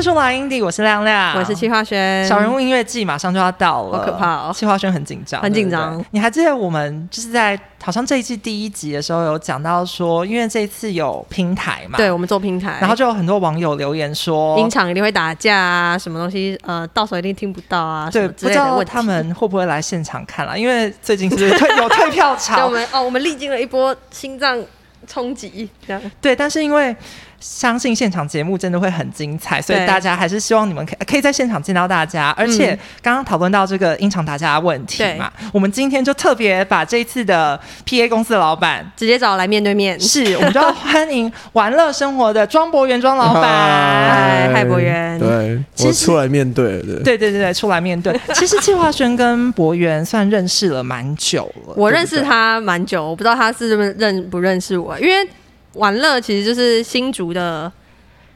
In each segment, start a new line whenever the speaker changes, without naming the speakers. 是说来 indie，我是亮亮，
我是戚化轩，
小人物音乐季马上就要到了，
好可怕哦！
戚化轩很紧张，
很紧张
对不对你还记得我们就是在好像这一季第一集的时候有讲到说，因为这一次有拼台嘛，
对，我们做平台，
然后就有很多网友留言说，
音场一定会打架啊，什么东西呃，到时候一定听不到啊，什
对，
么之
不
类
知
的
道
问题。
他们会不会来现场看啦？因为最近是不是退有退票
对，我
潮？
们哦，我们历经了一波心脏冲击，这样
对，但是因为相信现场节目真的会很精彩，所以
对嗯
大家还是希望你们可以可以在现场见到大家。而且刚刚讨论到这个音场打架的问题
对
嘛，我们今天就特别把这一次的 PA 公司的老板
直接找来面对面。
是，我们就要欢迎玩乐生活的庄博元庄老板。
嗨嗨博元
哎对，
其
我
实
出来面对了，
对
对，
对对对，出来面对。其实计划轩跟博元算认识了蛮久了，
我
对
认
不对
识他蛮久，我不知道他是认认不认识我，因为玩乐其实就是新竹的。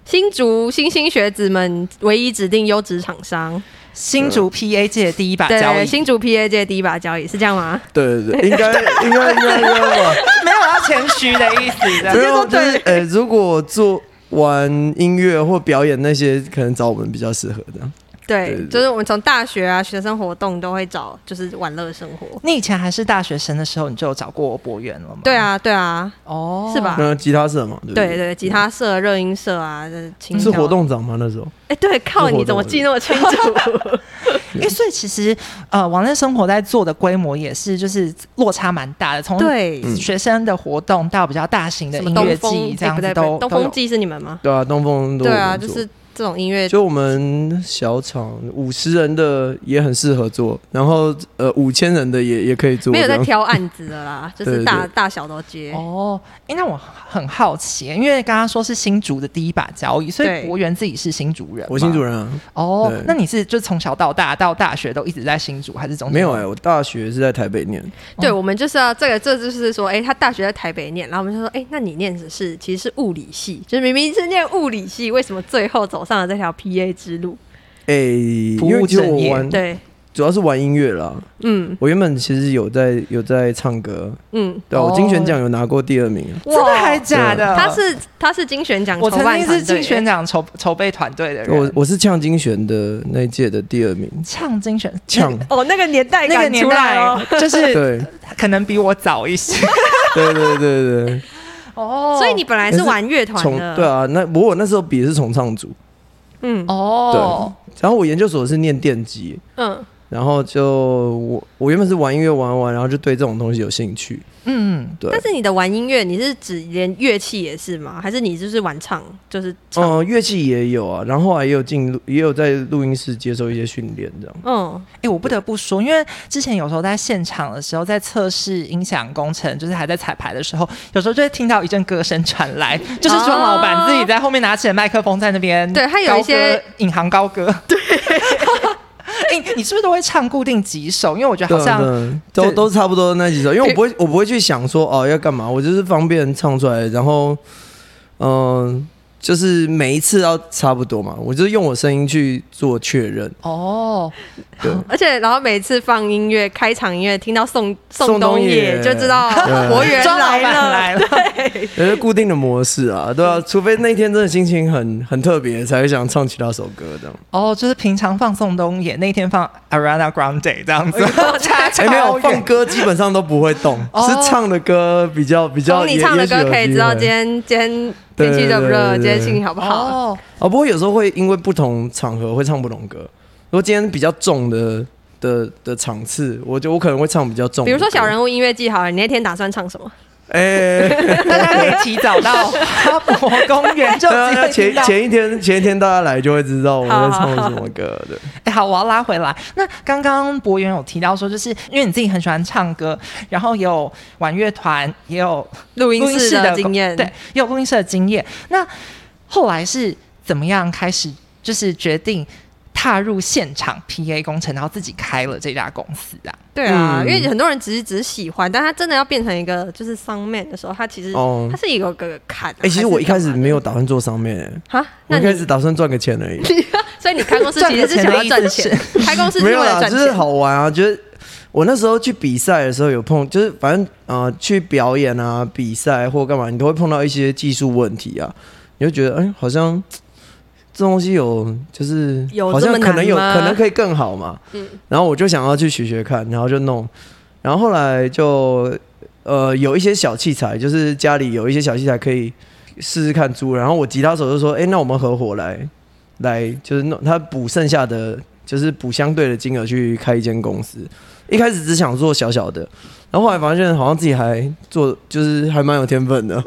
新竹新兴学子们唯一指定优质厂商，啊
新竹 PA 界第一把
对
交椅，
新竹 PA 界第一把交椅是这样吗？
对对对，应该应该应该应该 吧，
没有要谦虚的意思这样
没有就是呃，如果做玩音乐或表演那些，可能找我们比较适合的。
对，
对对
就是我们从大学啊学生活动都会找，就是玩乐生活。
你以前还是大学生的时候，你就有找过博元了吗？
对，啊，对啊，
哦，
是吧？
那吉他社嘛，对不
对对，吉他社、热音社啊，这青
是
椒
活。动长吗？那时候
哎，对，靠，
是活
你怎么
动
记那么清楚？
因为所以其实呃，网络生活在做的规模也是就是落差蛮大的，从
对，
嗯
学生的活动到比较大型的
什
音
么
乐
东
季
风？
这
哎，
样
不对，
子
不
都
对，东
都有
风季是你们吗？
对啊，东风都
对
我
啊，
们
就
做
是这种音乐，
就我们小厂五十人的也很适合做，然后呃五千人的也也可以做，
没有
这
在
样
挑案子的 啦，就
对
是
对
大大小都接。
哦，哎、那我很好奇，因为刚刚说是新竹的第一把交椅，所以
对
博元自己是新竹人，
我新主。人啊，
哦
对，
那你是就从小到大到大学都一直在新竹，还是中间
没有哎、我大学是在台北念，
对，我们就是要这个，这就是说，哎，他大学在台北念，然后我们就说，哎，那你念的是其实是物理系，就是明明是念物理系，为什么最后走上了这条 PA 之路？
哎、
服务
因为其实
产业
我玩
对，
主要是玩音乐啦，
嗯
我原本其实有在有在唱歌，
嗯，
对啊、
哦
我金选奖有拿过第二名啊。
真的还假的？
他是他是金选奖
我
筹
曾
办
经
团
是
队
竞选奖筹筹备团队的
我
人，
我是呛金选的那一届的第二名，
唱竞选
呛，
哦，那个年代
那个
感
年
出来哦
代， 就是
对
可能比我早一些
对对对 对，
哦
所以你本来是玩乐团
从
的，
对，啊，那我我那时候比的是重唱组，
嗯
哦，
然后我研究所是念电机，
嗯，
然后就我我原本是玩音乐玩玩，然后就对这种东西有兴趣，
嗯，
对
但，是你的玩音乐，你是指连乐器也是吗？还是你就是玩唱，就是唱？
嗯，乐器也有啊，然后后来也有进入也有在录音室接受一些训练，这样
嗯，
哎，我不得不说，因为之前有时候在现场的时候，在测试音响工程，就是还在彩排的时候，有时候就会听到一阵歌声传来，就是庄老板自己在后面拿起了麦克风在那边，
对他有一些
引吭高歌， 对。哎、你是不是都会唱固定几首？因为我 觉得
对
好
啊
像
对啊都
对
都差不多那几首，因为我不会我不会去想说哦要干嘛，我就是方便唱出来，然后嗯、就是每一次要差不多嘛，我就是用我声音去做确认。
哦，
对，
而且然后每次放音乐，开场音乐听到宋
宋
冬
冬野
野就知道
对
博元
庄老
来
板
了，
来了，
也是固定的模式啊，对啊，除非那天真的心情很很特别，才会想唱其他首歌这样。
哦，就是平常放宋冬野，那一天放 Ariana Grande 这样子， 差超
哎、
远。
没有放歌基本上都不会动，
哦
是唱的歌比较比较
从
也。
哦你唱的歌可以知道今
天
天今天
对
天气热不热，
对对对
今天心情好不好。
哦，
哦，不过有时候会因为不同场合会唱不同歌。如果今天比较重的的的场次，我就我可能会唱比较重的
比
歌。
如说小人物音乐季好了，你那天打算唱什么？
哎，
大家可以提早到花博公园就
对啊
直接听到。
那前前一天前一天大家来就会知道我
好好
在唱
好
什么歌的。
哎、好，我要拉回来。那刚刚博源有提到说，就是因为你自己很喜欢唱歌，然后也有玩乐团，也有
录
录
音
音
室
室
的
的
经验，
对，也有录音室的经验。那后来是怎么样开始，就是决定踏入现场 PA 工程，然后自己开了这家公司啊？
对啊，
嗯
因为很多人只是只是喜欢，但他真的要变成一个就是 song man 的时候，他其实、
哦
他是有个坎、啊。
哎、其实我一开始没有
打
打算做上面、欸，
哈，
我
那
一开
你
始打算赚个钱而已。
所以你开公司其实是想要赚钱，开公司是
没
为
有
了
啦，
赚
就是
钱。
好玩啊！就是我那时候去比赛的时候有碰，就是反正啊、呃去表演啊、比赛或干嘛，你都会碰到一些技术问题啊，你就觉得哎、好像这东西有就是
有
好
这
像
么
可能
难
有
吗
可能可以更好嘛，
嗯
然后我就想要去学学看，然后就弄，然后后来就呃有一些小器材，就是家里有一些小器材可以试试看租，然后我吉他手就说，哎、那我们合伙来来就是弄他补剩下的。就是补相对的金额去开一间公司，一开始只想做小小的，然后后来发现好像自己还做，就是还蛮有天分的，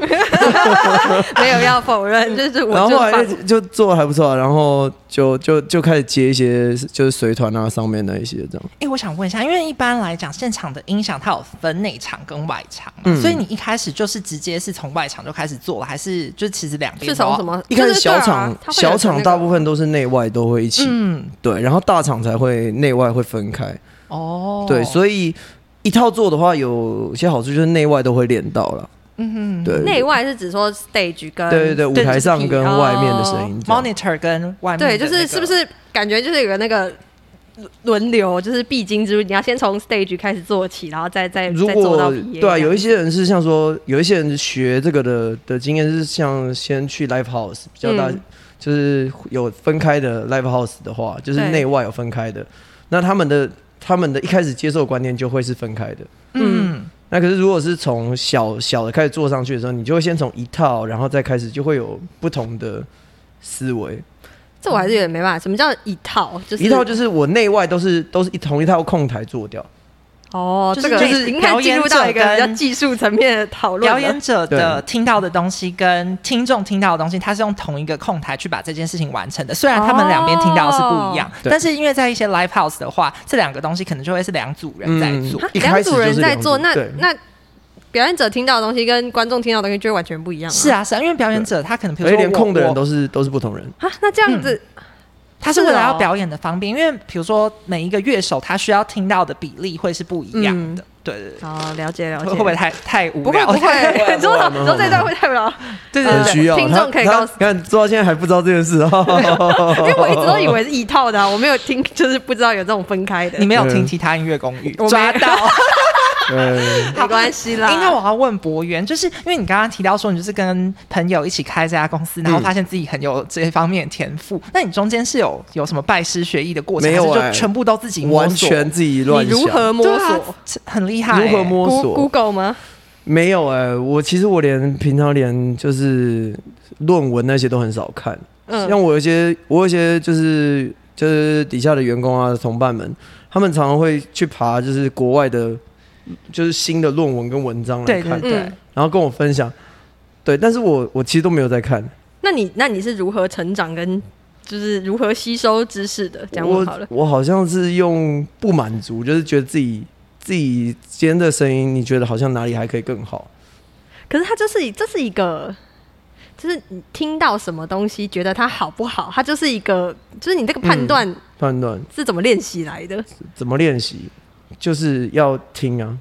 没有要否认，就是我
然后
就
后来
放
就就做的还不错、啊，然后就就就开始接一些就是随团啊上面的一些这样。
哎、我想问一下，因为一般来讲，现场的音响它有分内场跟外场嘛、
嗯
所以你一开始就是直接是从外场就开始做了，还是就其实两边
是
都要
从什？么？
一开始
就是对
小
啊
厂、
它会有
小
那
厂
个
大部分都是内外都会一起，
嗯，
对，然后大厂才会内外会分开，
哦，
对，所以一套做的话有些好处就是内外都会练到了，
嗯哼
对，
内外是指说 stage 跟
对对对，舞
对
台
就是
上
体
跟外面
哦
的声音这样。
哦，monitor 跟外面
对，
的
就
那
是
个
是不？是感觉就是有个那个轮流，就是必经之路，你要先从 stage 开始做起，然后再再
如
再做到
果
PA
对啊，有一
些
些人是像说，有一些人学这个的的经验是像先去 live house 比较大，
嗯
就是有分开的 live house 的话，就是
对
内外有分开的。那他们的他们的一开始接受的观念就会是分开的。
嗯，
那可是如果是从小小的开始做上去的时候，你就会先从一套，然后再开始就会有不同的思维。
这我还是有点没办法。什么叫一套？就是
一套就是我内外都是都是一同一套控台做掉。
哦，
就是
这个
就是
已经开始进入到一个
表演者
比较
跟
技术层面的讨论了。
表演者的听到的东西跟听众听到的东西，他是用同一个控台去把这件事情完成的。虽然他们两边听到的是不一
哦
样，
对
但是因为在一些 live house 的话，这两个东西可能就会是两组人在做。
嗯
哈
一
啊两
开始
组人
就是
在
两
做，
组
那
对
那表演者听到的东西跟观众听到的东西就会完全不一样、
是，啊，是啊，因为表演者他可能，比如
而且
说
连
我
控的人
我
都是都是不同人，
啊，那这样子、
他是为
是
了
哦
要表演的方便，因为比如说每一个乐手他需要听到的比例会是不一样的。对对对，
哦，了解了
嗯
解，
会不会太太无
不会
聊？
不 会， 你说
不会
你说这一段会太无聊，
对对
呃
对，
很需要。
听
他
众可以
他
告诉
看做到现在还不知道这件事 哦。
因为我一直都以 为是一套的啊、我没有听， 就是不知道有这种分开的
你，没有听
嗯
其他音乐公寓
我，没
抓到。
对，
没关系啦。
应该我要问博源， 就是因为你刚刚提到说你就是跟朋友一起开这家公司，然后发现自己很有这方面的天赋，那你中间是有有什么拜师学艺的过程，
没有
还是
哎
就全部都自己摸
完
索
全自己乱
你
想。
如何摸
对啊
索？
这很厉害、欸
如何？摸
Gu-
索？
Google 吗？
没有哎、我其实我连平常连就是论文那些都很少看，
嗯，
像我有一些我有一些就是就是底下的员工啊同伴们，他们常常会去爬就是国外的，就是新的论文跟文章来
对
看
对，对，
嗯
然后跟我分享。对，但是我我其实都没有在看，
那你那你是如何成长跟就是如何吸收知识的？讲我好了
我。我好像是用不满足，就是觉得自己自己今天的声音，你觉得好像哪里还可以更好。
可是它就是这是一个，就是你听到什么东西觉得它好不好，它就是一个，就是你这个判断
判断
是怎么练习来的？
怎么练习，就是要 听啊。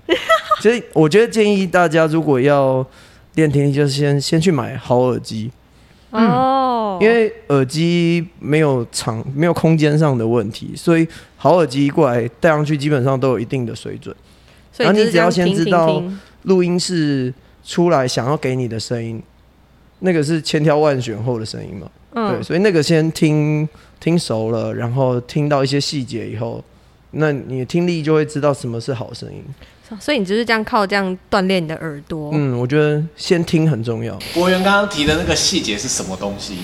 所以我觉得建议大家，如果要练听力，就是先先去买好耳机，
嗯
哦，
因为耳机没有长没有空间上的问题，所以好耳机过来戴上去，基本上都有一定的水准。
所以
然后
就
你
是
只
这样
要
听
先
听
知道
听，
录音室出来想要给你的声音，那个是千挑万选后的声音嘛。对，
嗯，
所以那个先听听熟了，然后听到一些细节以后，那你的听力就会知道什么是好声音。
所以你就是这样靠这样锻炼你的耳朵。
嗯，我觉得先听很重要。
博源刚刚提的那个细节是什么东西？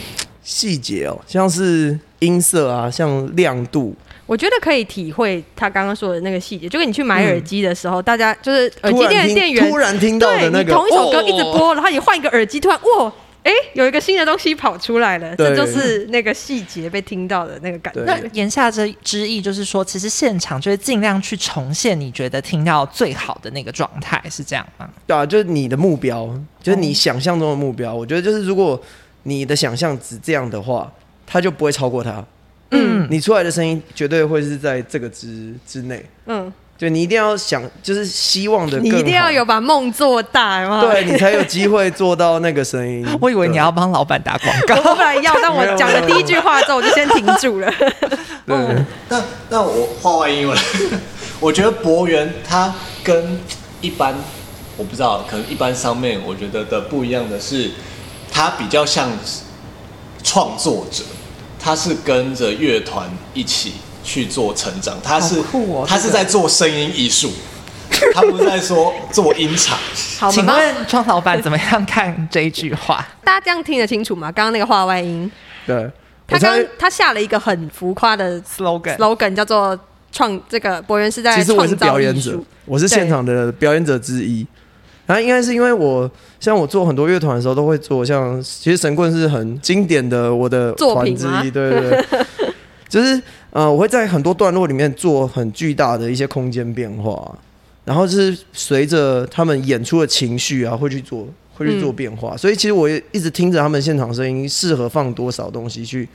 细节哦，像是音色啊，像亮度，
我觉得可以体会他刚刚说的那个细节，就跟你去买耳机的时候，大家就是耳
突
机
然
店的
听
店员
突然听到
对
的那
你
个，
同一首歌
哦
一直播，然后你换一个耳机，突然哇，哎、有一个新的东西跑出来了，这
对
就是那个细节被听到的那个感觉。
对
那言下之之意就是说，其实现场就是尽量去重现你觉得听到最好的那个状态，是这样吗？
对啊，就是你的目标，就是你想象中的目
哦
标。我觉得就是如果你的想象只这样的话，它就不会超过它。
嗯，
你出来的声音绝对会是在这个之之内。
嗯，
就你一定要想，就是希望的，
你一定要有把梦做大嘛。
对你才有机会做到那个 声音
。我以为你要帮老板打广告。
我本来要，但我
没有
讲了第一句话之后，我就先停住 了。
对对
哦
那那我话外音了， 我觉得博源他跟一般我不知道，可能一般上面我觉得的不一样的是，他比较像创作者，他是跟着乐团一起去做成长，他
好
是、
酷哦
他是在做声音艺术，他不是在说做音 场。
好，我
请
们帮
问 庄老板怎么样看这一句话？
大家这样听得清楚吗？刚刚那个话外音，
对，
他刚
我猜
刚他下了一个很浮夸的
slogan
slogan，叫做“创”。这个博元是在
其实我是
创造
表演
艺
者
术，
我是现场的表演者之一。然后应该是因为我像我做很多乐团的时候都会做，像其实神棍是很经典的我的
作
团
品
之
吗
一，对对对， 就是呃我会在很多段落里面做很巨大的一些空间变化，然后就是随着他们演出的情绪啊会去做会去做变化，
嗯
所以其实我也一直听着他们现场声音适合放多少东西去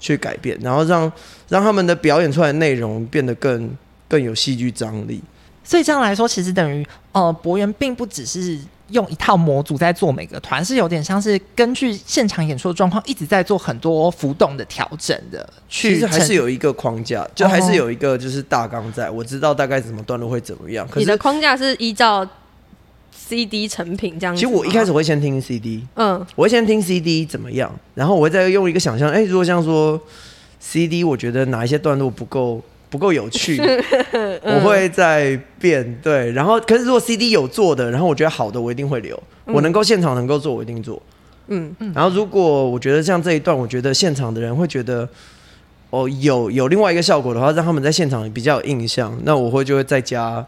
去改变，然后让让他们的表演出来的内容变得更更有戏剧张力。
所以这样来说，其实等于呃，博元并不只是用一套模组在做每个团，是有点像是根据现场演出的状况一直在做很多浮动的调整的，
其
去
实还
呈
是有一个框架，就还
哦
是有一个就是大纲在，我知道大概怎么段落会怎么样。可
你
是
的框架是依照 CD 成品这样
其
子
实
吗。
我一开始会先听 CD，
嗯，
我会先听 CD 怎么样，然后我会再用一个想象，哎、如果像说 CD，我觉得哪一些段落不够不够有 趣，
嗯
我会再变对。然后可是如果 CD 有做的，然后我觉得好的，我一定会留。我能够现场能够做，我一定做。
嗯，
然后如果我觉得像这一段，我觉得现场的人会觉得。哦，有有另外一个效果的话，让他们在现场比较有印象，那我会就会再加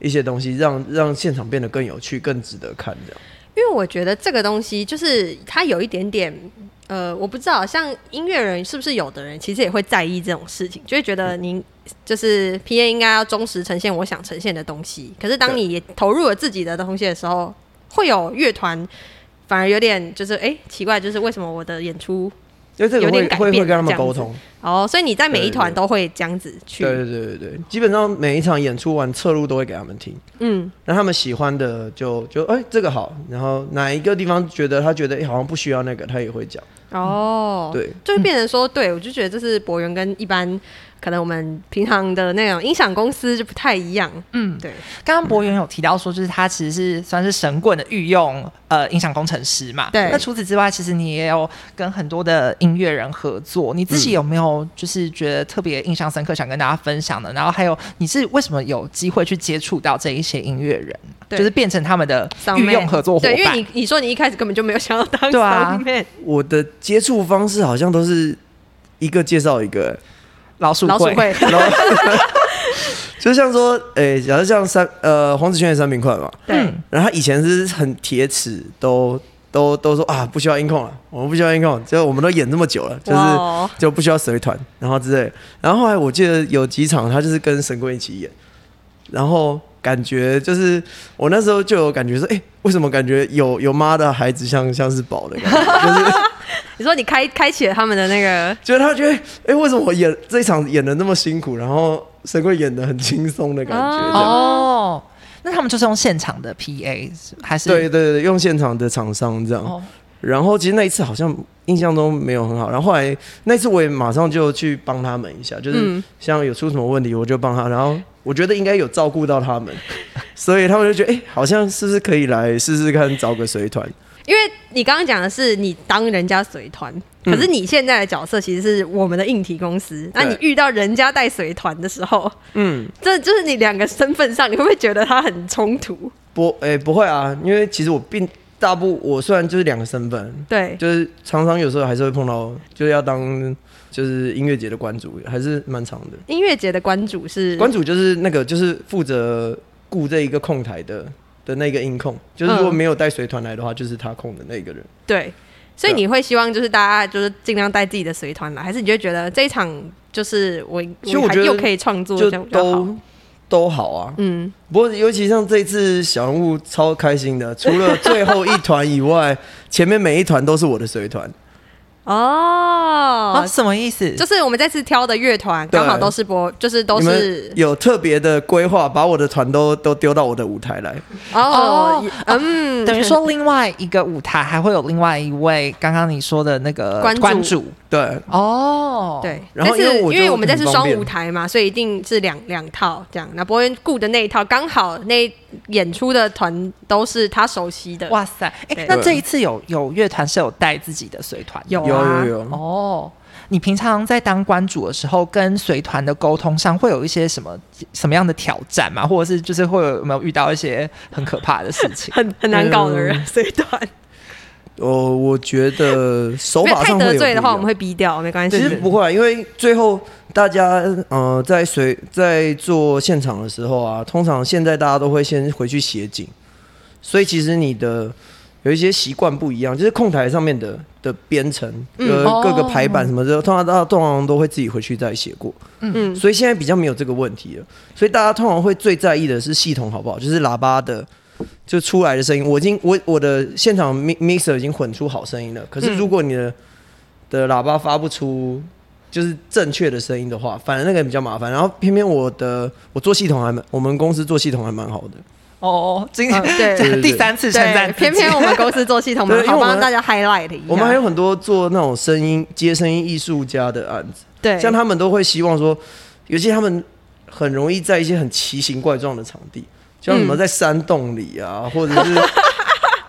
一些东西，让让现场变得更有趣、更值得看这样。
因为我觉得这个东西就是它有一点点，呃，我不知道，像音乐人是不是有的人其实也会在意这种事情，就会觉得
嗯
您就是 P A 应该要忠实呈现我想呈现的东西。可是当你也投入了自己的东西的时候，会有乐团反而有点就是哎、诶奇怪，就是为什么我的演出
因为这
有
个
点
会
改
会会
变
跟他
这
们
样
沟
子
通，
哦，所以你在每一
对对
团都会这样子去，
对对对对对，基本上每一场演出完侧录都会给他们听，
嗯，
那他们喜欢的就就哎、这个好，然后哪一个地方觉得他觉得、哎好像不需要那个，他也会讲。
哦，
对，
就会变成说，对我就觉得这是博元跟一般可能我们平常的那种音响公司就不太一样，嗯，对，
刚刚博源有提到说，就是他其实是算是神棍的御用呃音响工程师嘛。
对
那除此之外，其实你也有跟很多的音乐人合作。你自己有没有就是觉得特别印象深刻，想跟大家分享的？然后还有，你是为什么有机会去接触到这一些音乐人，
对
就是变成他们的
上
御
面
用合作伙伴？
对，因为你你说你一开始根本就没有想要当
对啊
soundman
我的接触方式好像都是一个介绍一个、哎
老鼠
老鼠会，
然后 就像说，诶、假如像三呃黄子轩的三明块嘛，
嗯
对，
然后他以前是很铁齿，都都都说啊不需要音控了，我们不需要音控，就我们都演这么久了，就是
哇哦
就不需要随团，然后之类的。然后后来我记得有几场他就是跟神棍一起演，然后感觉就是我那时候就有感觉说，哎、为什么感觉有有妈的孩子像像是宝的 感觉？
你说你开开启了他们的那个，
就是他觉得，哎、为什么我演这一场演的那么辛苦，然后神棍演的很轻松的感
啊
觉？这样。
哦，那他们就是用现场的 PA 是还是
对对对，用现场的厂商这样。
哦
然后其实那一次好像印象中没有很好，然后后来那次我也马上就去帮他们一下，就是
嗯
像有出什么问题我就帮他，然后我觉得应该有照顾到他们， 所以他们就觉得哎、诶好像是不是可以来试试看找个随团？
因为你刚刚讲的是你当人家随团，可是你现在的角色其实是我们的硬体公司，那你遇到人家带随团的时候，
嗯，
这就是你两个身份上，你会不会觉得他很冲突？
不，哎、不会啊，因为其实我并大部我虽然就是两个身份，
对，
就是常常有时候还是会碰到，就是要当就是音乐节的关主，还是蛮长的。
音乐节的关主是
关主就是那个就是负责顾这一个控台的的那个音控，就是如果
嗯
没有带随团来的话，就是他控的那个人。
对，所以
对
你会希望就是大家就是尽量带自己的随团来，还是你就会觉得这一场就是我
其实
我
我
还
觉得
又可以创作
就
这样比较好？
都都好啊。
嗯，
不过尤其像这一次小人物超开心的，除了最后一团以外， 前面每一团都是我的随团。
哦
啊，什么意思？
就是我们这次挑的乐团
对
刚好都是播，就是都
你
是
们有特别的规划，把我的团都都丢到我的舞台来。
哦，嗯，
等于说，另外一个舞台还会有另外一位刚刚你说的那个
关主
关主
对，
哦，
对，
然后
但是
因为我就
我们这是
很方
双
便
舞台嘛，所以一定是两两套这样。那博恩雇的那一套刚好那演出的团都是他熟悉的，
哇塞，哎、
对
那这一次有有乐团是有带自己的随团的
有
有
啊
有有，
哦。你平常在当关主的时候，跟随团的沟通上会有一些什么什么样的挑战吗？或者是就是会有有没有遇到一些很可怕的事 情？
很很难搞的
嗯
人，随团。
哦，我觉得手
没有
法
太
上会有
得罪的话，
不一样
我们会逼掉，没关系
其。实不会啊，因为最后大家呃在随在做现场的时候啊，通常现在大家都会先回去写景，所以其实你的有一些习惯不一样，就是控台上面的的编程，呃、
哦
各个排版什么的，通常大家通常都会自己回去再写过，
嗯
所以现在比较没有这个问题了。所以大家通常会最在意的是系统好不好，就是喇叭的。就出来的声音，我已经我我的现场 mi- mixer 已经混出好声音了。可是如果你的、的喇叭发不出就是正确的声音的话，反正那个比较麻烦。然后偏偏我的我做系统还蛮，我们公司做系统还蛮好的，
哦，今天、
嗯对
这
对对
第三次称赞自
对，
己，
偏偏我们公司做系统蛮
对因为
好，
我们
帮大家 highlight 一下。
我们还有很多做那种声音接声音艺术家的案子，
对，
像他们都会希望说，尤其他们很容易在一些很奇形怪状的场地，像什么
嗯
在山洞里啊，或者是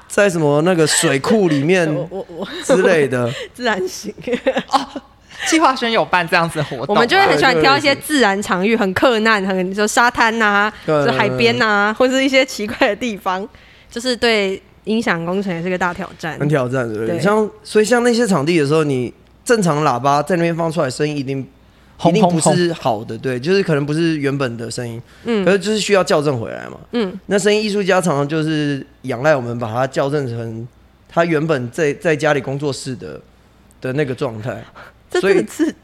在什么那个水库里面
我我我
之类的，
自然醒，
计划轩有办这样子的活动啊，
我们就会很喜欢
对对
挑一些自然场域，很克难，很就沙滩呐、
对对
就
对
海边呐、或是一些奇怪的地方，就是对音响工程也是个大挑战。
很挑战，对不对？
对
像所以像那些场地的时候，你正常喇叭在那边放出来声音一定
轰
一定
轰
不
轰
是好的，对，就是可能不是原本的声音，
嗯
可是就是需要校正回来嘛。
嗯，
那声音艺术家常常就是仰赖我们把它校正成他原本在在家里工作室的的那个状态，
这
所以
真的是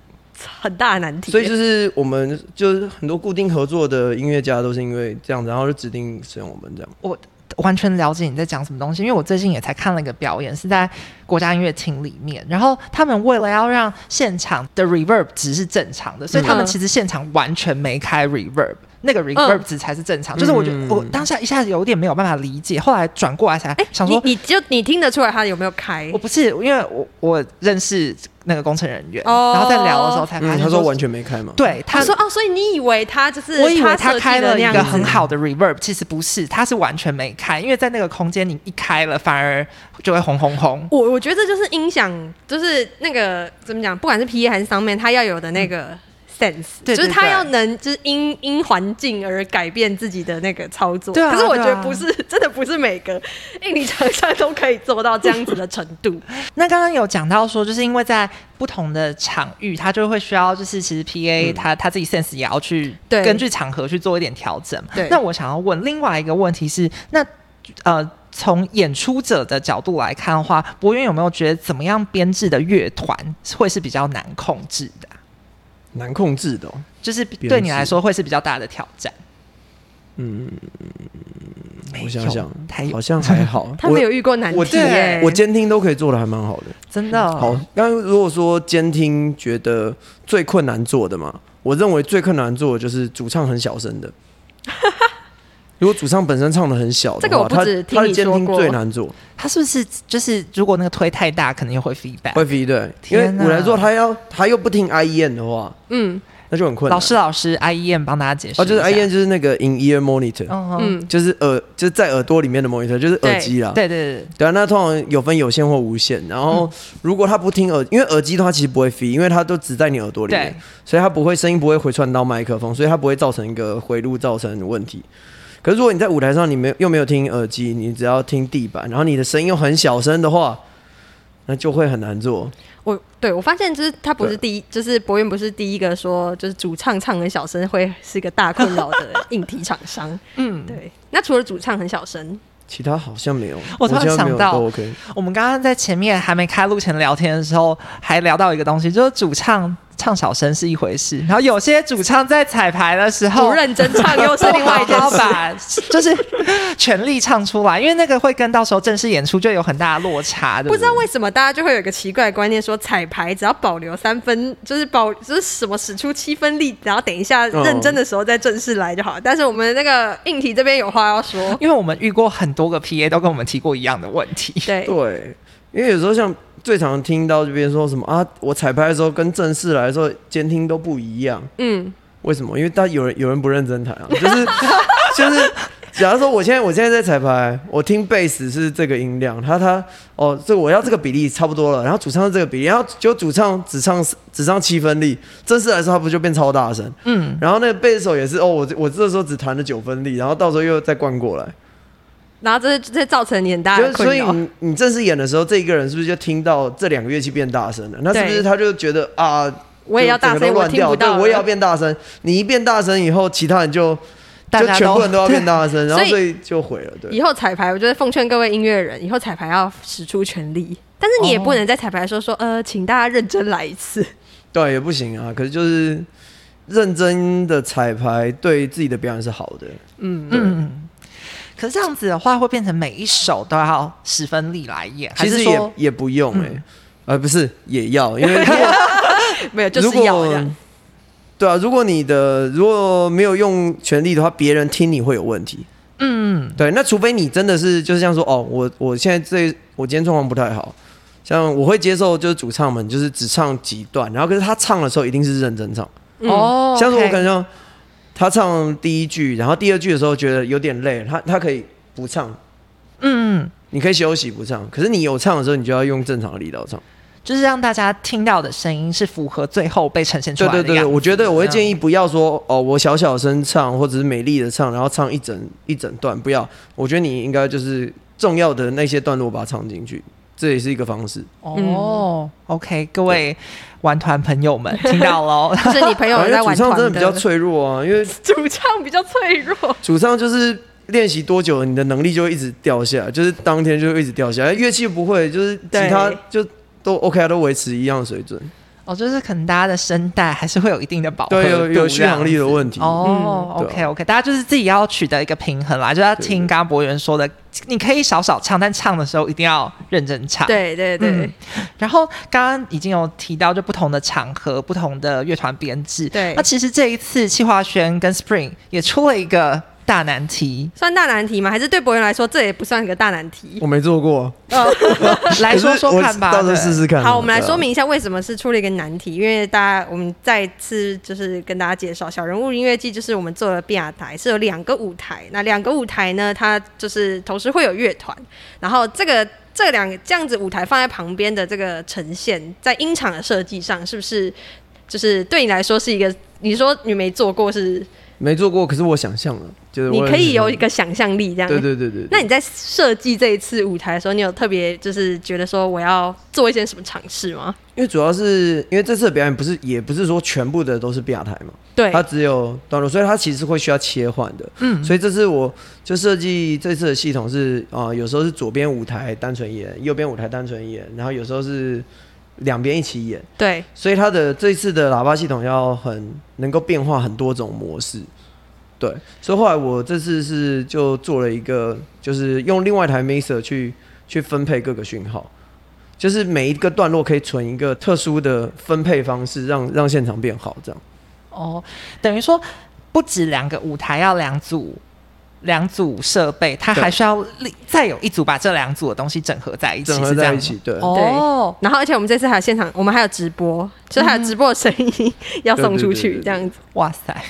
很大的难题耶。
所以就是我们就是很多固定合作的音乐家都是因为这样子，然后就指定使用我们这样。
我完全了解你在讲什么东西，因为我最近也才看了一个表演，是在国家音乐厅里面，然后他们为了要让现场的 reverb 值是正常的，所以他们
嗯
其实现场完全没开 reverb。那个 reverb 值才是正常，就是我觉得
嗯
我当下一下子有点没有办法理解，后来转过来才
哎、
想说
你，你就你听得出来他有没有开
我？不是因为我我认识那个工程人员，
哦
然后在聊的时候才发
嗯，
现
他说完全没开嘛，
啊对
他
他
说哦，所以你以为他就是
我以为
他
他
设计
开
的
了
那
一
样
个
子
很好的 reverb，其实不是，他是完全没开，因为在那个空间你一开了，反而就会轰轰轰。
我我觉得这就是音响，就是那个怎么讲，不管是 P A 还是 Soundman，他要有的那个 sense，、
嗯对对
就是他
对
要能就是因因环境而改变自己的那个操作。
对啊
可是我觉
对
得
啊
不是， 真的不是每个印尼厂商都可以做到这样子的程 度。
那刚刚有讲到说，就是因为在不同的场域，他就会需要，就是其实 P A 他、他自己 sense 也要去
对
根据场合去做一点调整嘛。
对。
那我想要问另外一个问题是，那呃，从演出者的角度来看的话，博远有没有觉得怎么样编制的乐团会是比较难控制的啊、
难控制的、哦。
就是
制
对你来说会是比较大的挑战？嗯，
我想想
太，有
好像还好
他们有遇过难
我
题耶、
我监听都可以做的还蛮好的。
真的哦
好，那如果说监听觉得最困难做的嘛，我认为最困难做的就是主唱很小 声的。如果主唱本身唱的很小
这
的
个
话，
我不
他
止听
他的
你
监
说
听
过哎
最难做，
他是不是就是如果那个推太大，可能又会 feedback？
会 V 对，因为
天哪
我来做他要他又不听 IEN 的话，
嗯
那就很困难。
老师，老师，IEM 帮大家解释一下。
啊哦，就是 IEN 就是那个 in ear monitor，、
嗯嗯，
嗯，
就是耳就是在耳朵里面的 monitor，就是耳机啦。
对对对
对啊，那通常有分有线或无线。然
嗯
后如果他不听耳，因为耳机的话其实不会飞，因为它都只在你耳朵里面
对，
所以它不会声音不会回传到麦克风，所以它不会造成一个回路造成问题。可是如果你在舞台上，你没又没有听耳机，你只要听地板，然后你的声音又很小声的话，那就会很难做。
我对我发现就是他不是
对
第一，就是博远不是第一个说就是主唱唱很小声会是个大困扰 的硬体厂商。
嗯，
对，那除了主唱很小声，
其他好像没有，
我突然
好像没
想
有
到
都 OK。
我们刚刚在前面还没开录前聊天的时候，还聊到一个东西，就是主唱唱小声是一回事，然后有些主唱在彩排的时候
不认真唱又是另外一件
好
事。
把就是全力唱出来，因为那个会跟到时候正式演出就有很大的落差，对
不
不
知道
对
为什么大家就会有一个奇怪的观念，说彩排只要保留三分，就是保就是什么使出七分力，然后等一下
嗯
认真的时候再正式来就好。但是我们那个硬体这边有话要说，
因为我们遇过很多个 PA 都跟我们提过一样的问题，
对，
对，因为有时候像最常听到这边说什么啊，我彩排的时候跟正式来的时候监听都不一样。
嗯，
为什么？因为大家有人有人不认真弹啊，就是就是假如说我现在我现在在彩排，我听贝斯是这个音量，他他哦，这我要这个比例差不多了，然后主唱是这个比例，然后就主唱只唱只唱七分力，正式来说他不就变超大声？嗯，然后那个贝斯手也是哦，我我这时候只弹了九分力，然后到时候又再灌过来，
然后这这造成你很大
就
的
是所
啊困
以
扰。
你你正式演的时候，这一个人是不是就听到这两个乐器变大声了？那是不
对
是他就觉得啊，
我也要大声
就整个都乱掉
我听不到
对
了
我也要变大声。你一变大声以后，其他人就
大
就
家都
全部人都要变 大声，然
所
后
以
所以就毁了，对。
以后彩排，我觉得奉劝各位音乐人，以后彩排要使出全力，但是你也不能在彩排的时候说，呃，请大家认真来一次。
对，也不行啊。可是就是认真的彩排，对自己的表演是好的。
嗯，可是这样子的话，会变成每一首都要十分力来演，还
其
是
实
说
也也不用哎、
嗯
呃，不是也要，因为
没有，就
如
是要这
果
样。
对啊，如果你的如果没有用全力的话，别人听你会有问题。
嗯，
对，那除非你真的是就是像说哦，我我现在这我今天状况不太好，像我会接受就是主唱们就是只唱几段，然后可是他唱的时候一定是认真唱。
嗯
哦，
像是我
OK
可能像他唱第一句，然后第二句的时候觉得有点累，他他可以不唱，
嗯，
你可以休息不唱，可是你有唱的时候，你就要用正常的力道唱。
就是让大家听到的声音是符合最后被呈现出
对
来的
对对，
样子
我觉得我会建议
嗯
不要说哦，我小小声唱或者是美丽的唱，然后唱一整一整段，不要。我觉得你应该就是重要的那些段落把它唱进去，这也是一个方式。
哦，OK，各位玩团朋友们听到喽，
就是你朋友
反
哎在
正主
玩
唱
团
真的比较脆弱啊，因为
主唱比较脆弱。
主唱就是练习多久，你的能力就会一直掉下来，就是当天就会一直掉下来。乐器不会，就是吉他
对
就都 OK，啊，都维持一样的水准。
哦，就是可能大家的声带还是会有一定的饱和
对，有有
度
续航力
这样
的
子
问题。
哦、
嗯
o
对
k
啊
OK，大家就是自己要取得一个平衡啦，就要
对
听刚刚博源说的，你可以少少唱，但唱的时候一定要认真唱。
对对对
嗯，然后刚刚已经有提到，就不同的场合、不同的乐团编制。
对，
那其实这一次气化轩跟 Spring 也出了一个大难 题
算大难题吗？还是对博人来说，这也不算一个大难题
我？没做过，
呃，
来说
可是
说
我
看吧。
到时候
对
试试看。
好，我们来
对啊
说。明一下为什么是出了一个难题，因为大家我们再次就是跟大家介绍，小人物音乐季就是我们做了变雅台，是有两个舞台，那两个舞台呢，它就是同时会有乐团，然后这个。这两个这样子舞台放在旁边的这个呈现，在音场的设计上，是不是就是对你来说是一个？你说你没做过是，
没做过，可是我想象了，就是
你
我
可以有一个想象力这样。
对对对对对
那你在设计这一次舞台的时候，你有特别就是觉得说我要做一些什么尝试吗？
因为主要是因为这次的表演不是也不是说全部的都是变台嘛，
对，
它只有段落，所以它其实会需要切换的。嗯，所以这次我就设计这次的系统是啊、呃有时候是左边舞台单纯演，右边舞台单纯演，然后有时候是两边一起演，
对，
所以它的这次的喇叭系统要很能够变化很多种模式。对，所以后来我这次是就做了一个，就是用另外一台 mixer 去去分配各个讯号，就是每一个段落可以存一个特殊的分配方式，让让现场变好这样。
哦，等于说不止两个舞台要两组。两组设备，它
对
还需要另再有一组把这两组的东西整合在一起，
整合
是这
在
样
一
吗
起，对。
哦，
然后，而且我们这次还有现场，我们还有直播，就是还有直播的声音 要送出去，
对对对对对
这样子
哇塞，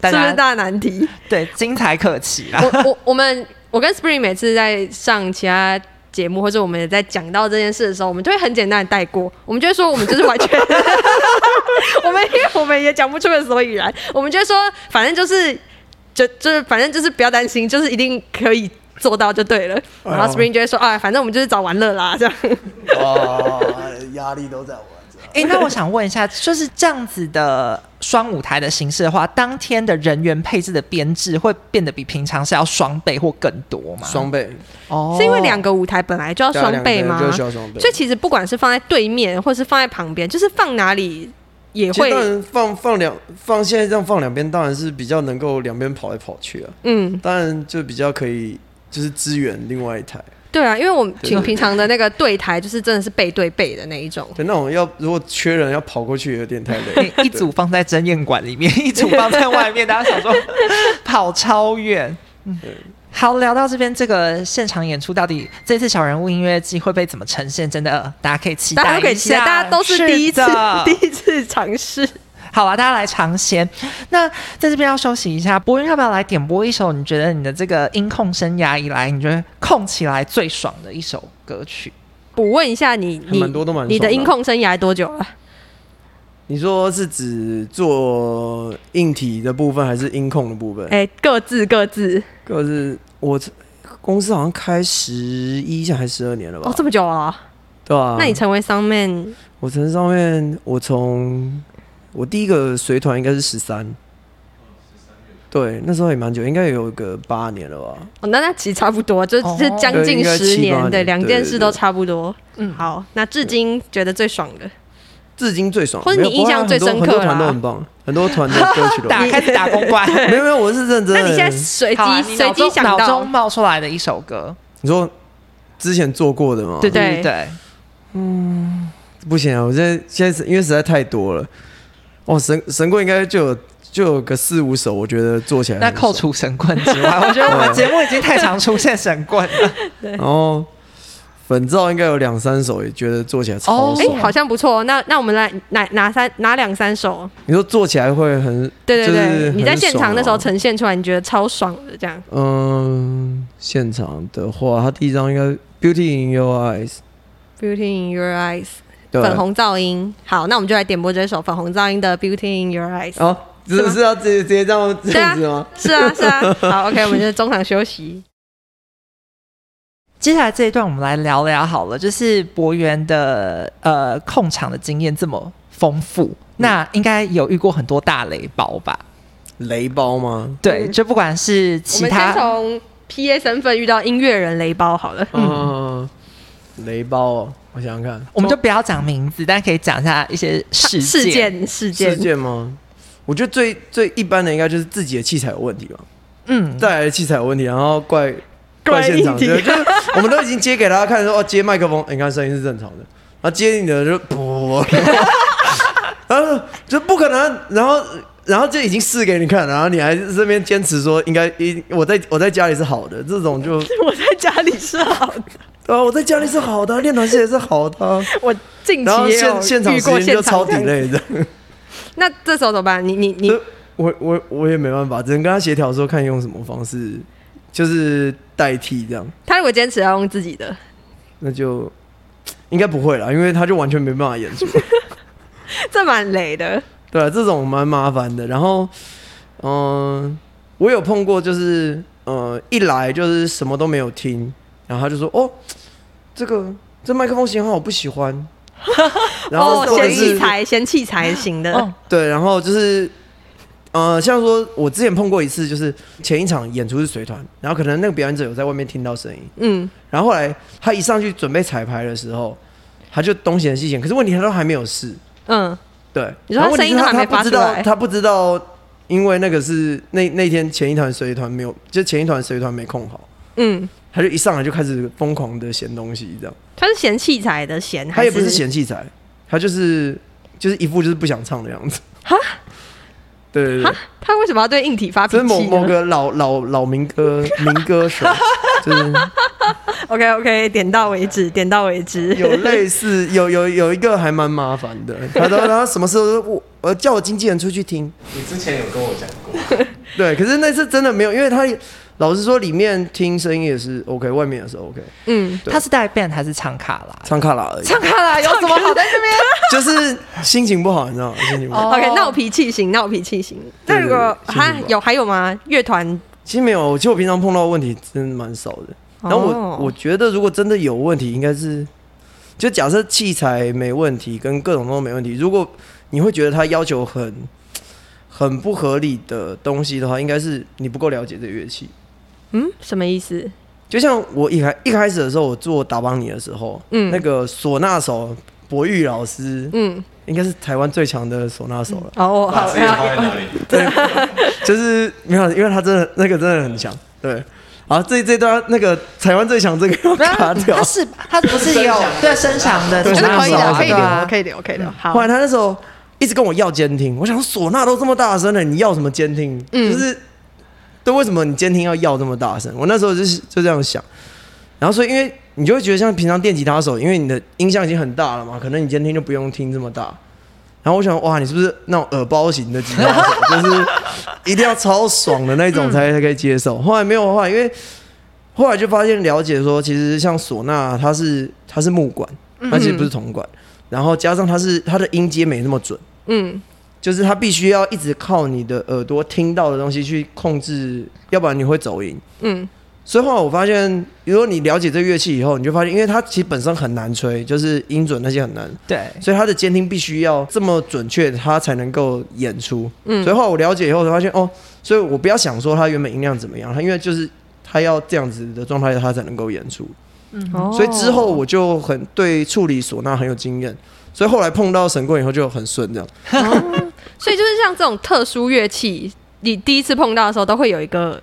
大
是不
家
是大难题？
对精彩可期啊啦！
我我我们我跟 Spring 每次在上其他节目，或者我们也在讲到这件事的时候，我们都会很简单的带过，我们就会说我们就是完全， 我们因为我们也讲不出个所以然，我们就会说反正就是就就是反正就是不要担心，就是一定可以做到就对了。
哎
然后 Spring 就会说啊，反正我们就是找玩乐啦，这样。
诶，那我想问一下，就是这样子的双舞台的形式的话，当天的人员配置的编制会变得比平常是要双倍或更多吗？
双倍，
哦
是因为两个舞台本来就要双倍吗？
对啊两个就需要双倍
所以其实不管是放在对面，或是放在旁边，就是放哪里也
其实
会
当，然放放两放现在这样放两边，当然是比较能够两边跑来跑去啊，
嗯，
当然就比较可以就是支援另外一台。
对啊，因为我们
对
平
对
平常的那个对台就是真的是背对背的那一种。
对，那种要如果缺人要跑过去有点太 累。
一组放在珍宴馆里面，一组放在外面，大家想说跑超远。嗯
对，
好，聊到这边，这个现场演出到底这次小人物音乐季会被怎么呈现？真的，大家可以期待一
大
下，
家都可以期待，大家都是第
的
一次第一次尝试。
好啊，大家来尝鲜。那在这边要休息一下，博云要不要来点播一首你觉得你的这个音控生涯以来，你觉得控起来最爽的一首歌曲？
补问一下你，
还
你
蛮多都蛮
你的
爽的啊
音控生涯多久啊了？
你说是指做硬体的部分还是音控的部分？
哎、各自各自
可是我公司好像开十一还是十二年了吧？
哦，这么久了哦、
对啊，
那你成为 Soundman
我从上面，我从我第一个随团应该是十三，对，那时候也蛮久，应该有个八年了吧？
哦，那那其实差不多，就
哦
是将
对
近
应该
十
七八
年，
年
对，两件
对
事
对
都
对
差不多。
嗯，
好，那至今觉得最爽的，
至今最爽，
或者
没有
你印象最深刻
很多很
啦
多团都很棒，很 多团的歌曲都
打开始打公关。
没有没有，我是认真的。
那你现在随
好啊
机
你
随
脑
机
中
想
脑
到
中，冒出来的一首歌，
你说之前做过的吗？
对对
对
对，
不行啊，我现在现在是因为实在太多了。哦，神神棍应该就有就有个四五首，我觉得做起来
那
很
扣
爽。
除神棍之外，我觉得我们节目已经太常出现神棍了。
然后粉皂应该有两三首，也觉得做起来超
哦
哎、
爽。
好像不错。那那我们来哪哪三哪两三首？
你说做起来会很
对对
就是
对，
很
你在现场那时候
爽啊
呈现出来，你觉得超爽的这样。
嗯，现场的话，他第一张应该《Beauty in Your Eyes》
Beauty in Your Eyes，
对
粉红噪音。好，那我们就来点播这首粉红噪音的 Beauty in Your Eyes。
哦，只
是吗
是要直接直接这样这
对啊
样子吗？
是啊，是 啊。好，OK，我们就中场休息。
接下来这一段，我们来聊聊好了，就是博源的呃控场的经验这么丰富，那应该有遇过很多大雷包吧？
雷包吗？
对，就不管是
嗯我
其
们先
他，
从 PA 身份遇到音乐人雷包好了。
嗯，雷包哦，我想想看，
我们就不要讲名字，但可以讲一下一些事件。
事件事
事
件，
件吗？我觉得最最一般的应该就是自己的器材有问题吧，
嗯，
带来的器材有问题，然后怪
怪
怪现场，
硬体
就是就是我们都已经接给大家看说哦，接麦克风，欸你看声音是正常的，然后接你的就 噗噗噗噗，然后说就不可能，然后然后就已经试给你看，然后你还这边坚持说应该一我在我在家里是好的，这种就
我在家里是好的，
对啊，我在家里是好的啊，练团室也是好的啊，
我近期
然后
也有
现现场
遇
时
过
间就超呃
这样
体
子。
累的。
那这时候怎么办？你你你
所以 我我我也没办法，只能跟他协调说看用什么方式，就是代替这样，
他如果坚持要用自己 的，
那就应该不会啦，因为他就完全没办法演出，
这蛮雷的。
对啊，这种蛮麻烦的。然后，嗯、我有碰过，就是呃，一来就是什么都没有听，然后他就说哦，这个这麦克风型号我不喜欢，然后
哦，
或者
嫌
是
器材嫌器材型的，
哦
对，然后就是，呃，像说我之前碰过一次，就是前一场演出是随团，然后可能那个表演者有在外面听到声音，
嗯，
然后后来他一上去准备彩排的时候，他就东嫌西嫌，可是问题他都还没有试，
嗯，
对，
你说他
然后问
声
题
音
是
都还没
他不知
发出
道，
来
他不知道，因为那个是那那天前一团随团没有，就前一团随团没控好，
嗯，
他就一上来就开始疯狂的嫌东西，这样，
他是嫌器材的嫌，
他也不
还
是嫌器材，他就是就是一副就是不想唱的样子，
哈，
对对对
哈。，他为什么要对硬体发脾
这
气
是
呢？
某某个老老老民 歌民歌手，就是
OK OK，点到为止，点到为止。
有类似有有有一个还蛮麻烦的，他都然后什么时候都我呃叫我经纪人出去听，
你之前有跟我讲
哦
过，
对，可是那次真的没有，因为他老实说里面听声音也是 OK，外面也是 OK，
嗯，
对
他是带 band 还是唱卡拉？
唱卡拉 而已，
唱卡拉
哎
有什么好在这边？
就是心情不好，你知道吗？心情不好，
哦
OK，那我脾气型，那我脾气型。那
对对
如果
对
还
心情不好
有还有吗？乐团
其实没有，其实我平常碰到的问题真的蛮少的。然后我、
哦
我觉得如果真的有问题，应该是就假设器材没问题，跟各种都没问题。如果你会觉得他要求很很不合理的东西的话，应该是你不够了解这个乐器。
嗯，什么意思？
就像我一开一开始的时候，我做打邦尼的时候，
嗯
那个唢呐手博玉老师、
嗯，
应该是台湾最强的唢呐手了。
哦，
把
好
自己放在 哪里？
就是没有，因为他真的那个真的很强，对。好，这这段那个台湾最强这个要
不要
卡掉
他。是他不是有对声响的，
对
我觉得可以
唢呐
的，
手
可以
对
的，
啊
可以的，可以的。好
后，来他那时候一直跟我要监听，我想唢呐都这么大声了，你要什么监听？
嗯
就是，对，为什么你监听要要这么大声？我那时候就是就这样想。然后所以因为你就会觉得像平常电吉他手，因为你的音箱已经很大了嘛，可能你监听就不用听这么大。然后我想，哇，你是不是那种耳包型的吉他手？就是一定要超爽的那种
嗯
才才可以接受。后来没有，后来因为后来就发现了解说，其实像唢呐，它是它是木管，
嗯
它其实不是铜管，然后加上它是它的音阶没那么准，
嗯，
就是它必须要一直靠你的耳朵听到的东西去控制，要不然你会走音。
嗯，
所以后来我发现，如果你了解这乐器以后，你就发现，因为它其实本身很难吹，就是音准那些很难，
对，
所以它的监听必须要这么准确，它才能够演出。嗯，所以后来我了解以后，才发现哦，所以我不要想说它原本音量怎么样，它因为就是它要这样子的状态，它才能够演出。
哦
所以之后我就很对处理唢呐很有经验，所以后来碰到神棍以后就很顺这样。
所以就是像这种特殊乐器，你第一次碰到的时候都会有一个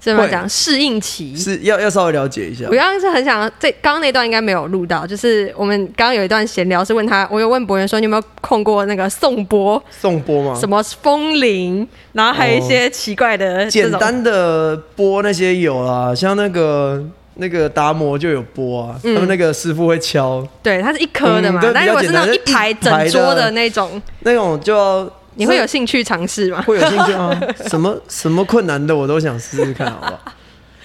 怎么
会
讲适应期。
是要要稍微了解一下
我。刚刚是很想，这刚刚那段应该没有录到，就是我们刚刚有一段闲聊是问他，我有问博源说你有没有控过那个颂钵，
送波吗？
什么风铃，然后还有一些奇怪的这
嗯简
种，
单的波那些有啦，像那个那个达摩就有波啊，
嗯
他们那个师傅会敲
对，它是一颗的嘛
嗯对，
但如果是那种
比
一
较简单
排整桌的那种，
那种就要。
你会有兴趣尝试吗？
会有兴趣吗？ 什么什么困难的我都想试试看，好不 好？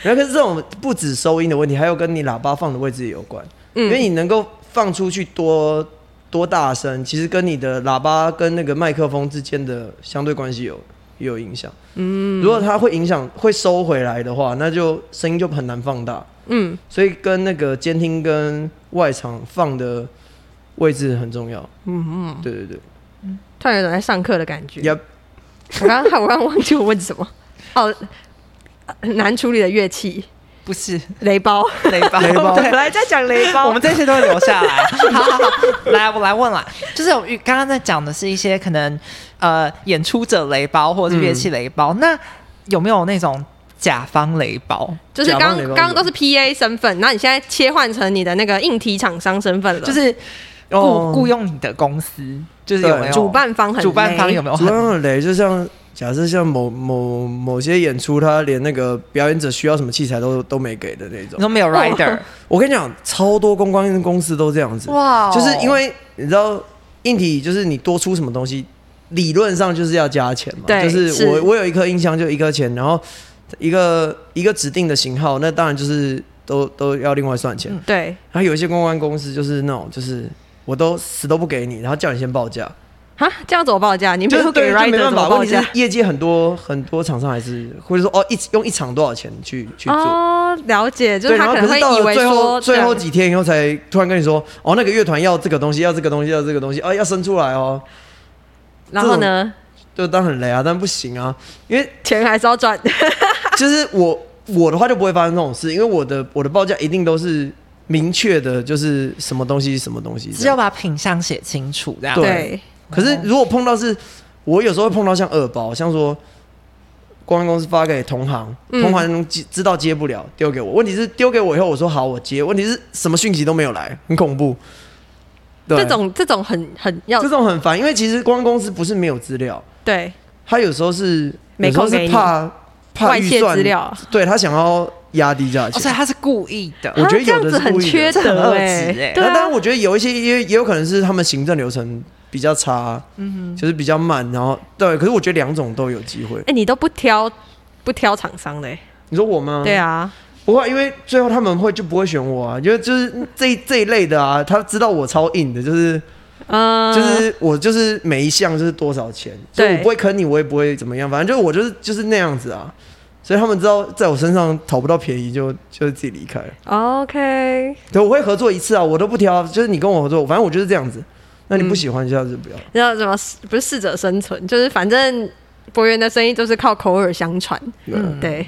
然后可是这种不止收音的问题，还有跟你喇叭放的位置也有关，因为你能够放出去多多大声，其实跟你的喇叭跟那个麦克风之间的相对关系有也有影响。嗯，如果它会影响会收回来的话，那就声音就很难放大。
嗯，
所以跟那个监听跟外场放的位置很重要。嗯嗯，对对对，
突然有种在上课的感觉。
要
我刚刚我刚刚忘记我问什么，哦，呃难处理的乐器
不是
雷包。
雷包，
雷 包
对
本来在讲雷 包，
我们这些都会留下 来。好好好，来我来问啦，就是我遇刚刚在讲的是一些可能呃演出者雷包或者是乐器雷
嗯
包，那有没有那种甲方雷包？
就是
甲
刚
方雷包
刚刚都是 P A 身份，那你现在切换成你的那个硬体厂商身份了，
就是雇、
哦
雇佣你的公司，就是有没有
对
主办方很
主办方
雷哦
有没有
主要
很
让雷就像假设像某某某些演出，他连那个表演者需要什么器材都都没给的那
你说
种。
哦
没有 rider
我跟你讲，超多公关公司都这样子，
哇哦
就是因为你知道硬体就是你多出什么东西，理论上就是要加钱嘛。
对
就是我
是
我有一颗音箱就一颗钱，然后一个一个指定的型号，那当然就是都都要另外算
嗯
钱。
对
然后有一些公关公司就是那种就是我都死都不给你，然后叫你先报价。
啊，这样怎么报价？ 你没
就是
有
对，
给
就
rider
没
怎
办
么
法。
报
问题
价
是？业界很多很多厂商还是或者说哦一用一场多少钱去去做。
哦，了解，就是
对，
他
然后
能
是
会
到
以
了
为
最后
说
最后
这样
几天以后才突然跟你说，哦，那个乐团要这个东西，要这个东西，要这个东西，哦，要生出来哦，
然后呢，
就当然很雷啊，但不行啊，因为
钱还是要赚，
就是我我的话就不会发生这种事，因为我的我的报价一定都是明确的，就是什么东西什么东西这样。
只有把品相写清楚这样。
对
对，
可是如果碰到是，我有时候会碰到像二包，像说公关公司发给同行，
嗯
同行知知道接不了，丢给我。问题是丢给我以后，我说好我接，问题是什么讯息都没有来，很恐怖。对，
这种这种很很要
这种很烦，因为其实公关公司不是没有资料，
对
他有时候是
没
有时候
空给
是
你
怕怕
外
预
界
算
资，料，
对他想要压低价
哦，所以
钱。
他是故意的
我。觉得
啊这
有
样
的
子
是
很
故意
缺
的，
这很
德
恶
哎
质欸，
对
那当然，
啊，
我觉得有一些也也有可能是他们行政流程比较差，嗯，就是比较慢，然后对。可是我觉得两种都有机会。
哎，你都不挑不挑厂商的欸，
你说我吗？
对，啊，
不会，因为最后他们会就不会选我啊，因为就是这一这一类的啊，他知道我超硬的，就是
嗯，
就是我就是每一项就是多少钱，所以
对
我不会坑你，我也不会怎么样，反正就是我就是就是那样子啊。所以他们知道在我身上讨不到便宜就，就自己离开了。
OK，
对，我会合作一次啊，我都不挑，就是你跟我合作，反正我就是这样子。那你不喜欢，下次不要。
然后什么不是适者生存，就是反正博源的生意都是靠口耳相传，
嗯，
对，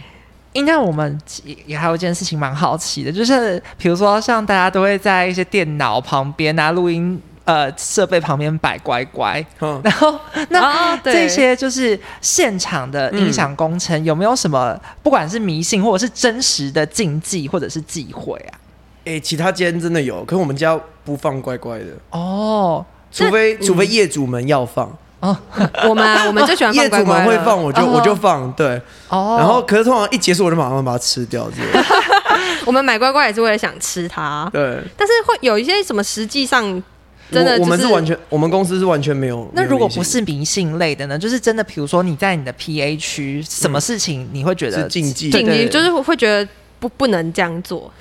应该我们也也还有一件事情蛮好奇的，就是比如说像大家都会在一些电脑旁边啊、录音呃设备旁边摆乖乖，
嗯，
然后那、
哦对
这些就是现场的音响工程、有没有什么，不管是迷信或者是真实的禁忌或者是忌讳啊？
诶、其他间真的有，可是我们家不放乖乖的，
哦，
除非除非业主们要放，
我们啊我们最喜欢
业
放
主
乖乖
们
了
会放，我就、
哦
我就放，对。
哦，
然后可是通常一结束我就马上把它吃掉，之 类的
我们买乖乖也是为了想吃它，
对。
但是会有一些什么实际上真的
我我们
就是
完全，我们公司是完全没有。
那
没有
如果
迷信
不是迷信类的呢？就是真的，比如说你在你的 PA 区，什么事情你会觉得
嗯是禁忌
对
紧
对
急
对
就是会觉得不不能这样做，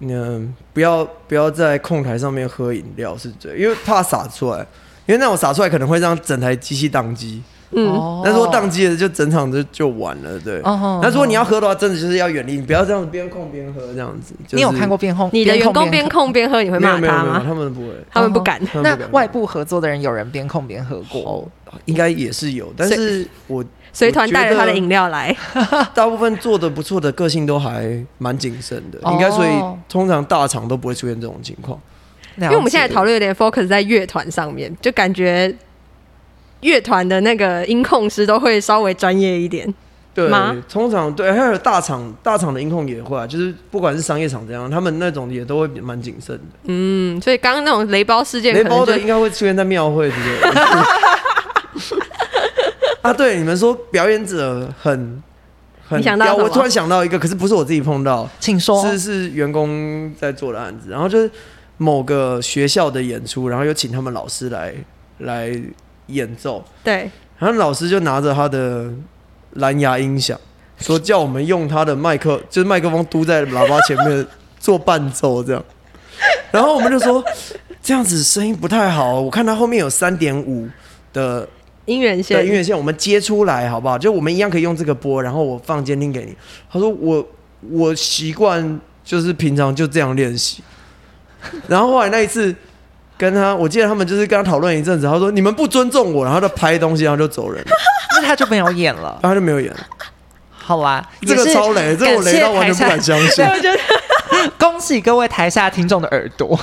嗯，不要不要在控台上面喝饮料是这，因为怕洒出来，因为那种洒出来可能会让整台机器宕机。
嗯，
哦
那如果宕机了，就整场就就完了。对，
哦吼
那如果你要喝的话，真的就是要远离，你不要这样子边控边喝这样子。就是、
你有看过变控？
你的员工
边
边控边喝，你会
没有
骂
没有
他
没有，
吗？
他们不会。
他
哦
们不敢，
他们
那
不敢
外部合作的人有人边控边喝过？
哦，应该也是有，但是我
随团带着他的饮
料，
料来，
大部分做的不错的，个性都还蛮谨慎的，
哦
应该所以通常大厂都不会出现这种情况。
因
因为我们现在讨论有点 focus 在乐团上面，就感觉乐团的那个音控师都会稍微专业一点。
对
吗，
通常对，还有大厂大厂的音控也会啊，就是不管是商业厂怎样，他们那种也都会蛮谨慎的。
嗯，所以刚刚那种雷包事件，
雷
可能
包
就
的应该会出现在庙会之类 的。啊，对，你们说表演者很很
你想到
刁
什么
我突然想到一个，可是不是我自己碰到，
请说，
是是员工在做的案子，然后就是某个学校的演出，然后又请他们老师来来演奏，
对，
然后老师就拿着他的蓝牙音响，说叫我们用他的麦克，就是麦克风嘟在喇叭前面做伴奏这样。然后我们就说这样子声音不太好，我看他后面有三点五的
姻缘
对
线，
音乐线，我们接出来好不好？就我们一样可以用这个播，然后我放监听给你。他说我我习惯就是平常就这样练习，然后后来那一次跟他，我记得他们就是跟他讨论一阵子，他说你们不尊重我，然后就拍东西，然后就走人了，
那他就没有演了
然。后他就没有演了。
好啦，
这个
也是
超雷，这个我雷到完全不敢
感谢
相信
台。下对，我觉得 恭喜各位台下听众的耳
哦
朵。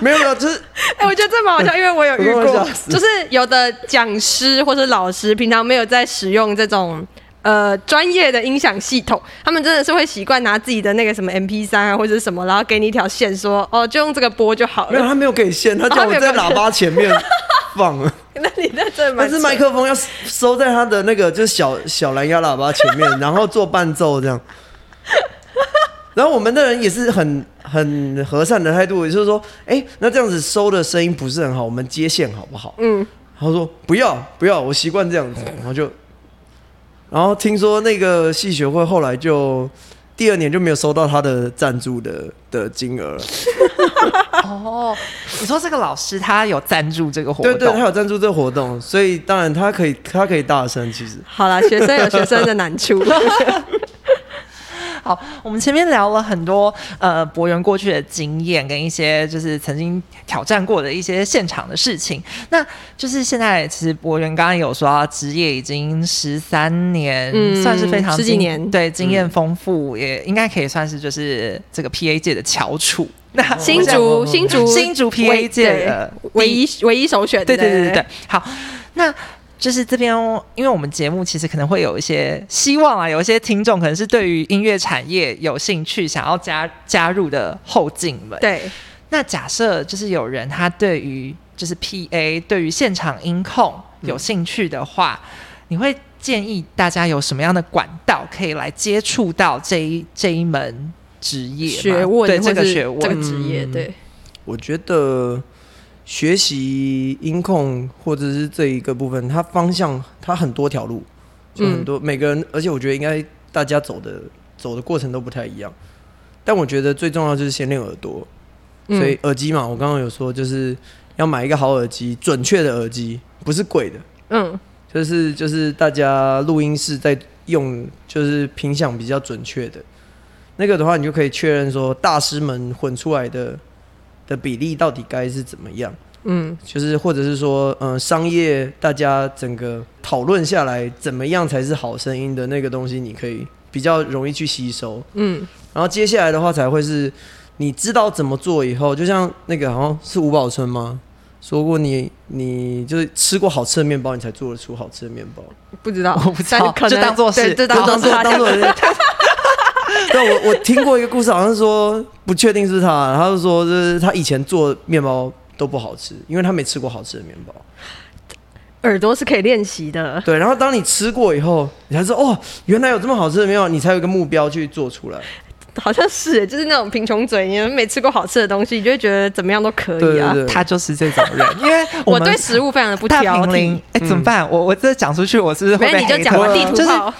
没有没有，就是
哎、我觉得这蛮好笑，因为我有遇
我
过
吓，死
就是有的讲师或者老师平常没有在使用这种呃专业的音响系统，他们真的是会习惯拿自己的那个什么 MP 三啊或者是什么，然后给你一条线说哦就用这个播就好
没有
了。
他没有给线，他叫我在喇叭前面放了，
那你那真的蛮
但是麦克风要收在他的那个就是小小蓝牙喇叭前面，然后做伴奏 这样。然后我们的人也是很很和善的态度，也就是说，哎、那这样子收的声音不是很好，我们接线好不好？
嗯，
他说不要不要，我习惯这样子，然后就，然后听说那个戏学会后来就第二年就没有收到他的赞助的的金额了，
哦，你说这个老师他有赞助这个活动，
对对，他有赞助这个活动，所以当然他可以他可以大声，其实
好啦，学生有学生的 难处。
好，我们前面聊了很多呃博员过去的经验，跟一些就是曾经挑战过的一些现场的事情。那就是现在其实博员刚刚有说到，职业已经十三年，
嗯
算是非常
十几
经
年
对经验丰富，也应该可以算是就是这个 PA 界的翘楚。那
新竹新 竹
新竹 PA 界的
唯一唯一首选的，
对对对对对，好，那。就是这边哦，因为我们节目其实可能会有一些希望啊，有一些听众可能是对于音乐产业有兴趣，想要加加入的后进们。，
对
那假设就是有人他对于就是 PA 对于现场音控
嗯
有兴趣的话，你会建议大家有什么样的管道可以来接触到这一这一门职业吗
学问
对
或
这个
是
学问
这个职业，
嗯
对
我觉得学习音控或者是这一个部分，它方向它很多条路，就很多、每个人，而且我觉得应该大家走的走的过程都不太一样。但我觉得最重要就是先练耳朵，
嗯
所以耳机嘛，我刚刚有说就是要买一个好耳机，准确的耳机，不是贵的，
嗯
就是就是大家录音室在用，就是频响比较准确的那个的话，你就可以确认说大师们混出来的的比例到底该是怎么样。
嗯
就是或者是说，嗯、商业大家整个讨论下来，怎么样才是好声音的那个东西，你可以比较容易去吸收。
嗯，
然后接下来的话才会是，你知道怎么做以后，就像那个好像是吴宝春吗？说过你你就是吃过好吃的面包，你才做得出好吃的面包。
不知道，
我不知
但
道
可能
就当作
对
是
哦就
就
当
当做
他
当做。 对，我我听过一个故事，好像说不确定是不是他，然后他就说就是他以前做面包都不好吃，因为他没吃过好吃的面包。
耳朵是可以练习的，
对，然后当你吃过以后，你才知道哦，原来有这么好吃的面包，你才有一个目标去做出来。
好像是耶，就是那种贫穷嘴，你没吃过好吃的东西，你就会觉得怎么样都可以啊。
对对
他就是这种人，因为
我
们
对食物非常的不
大
挑
平
剔
林，，哎、怎么办？我我这讲出去，我是不是会
反
被
正你就
黑
讲
锅
完地
就
图
是
炮，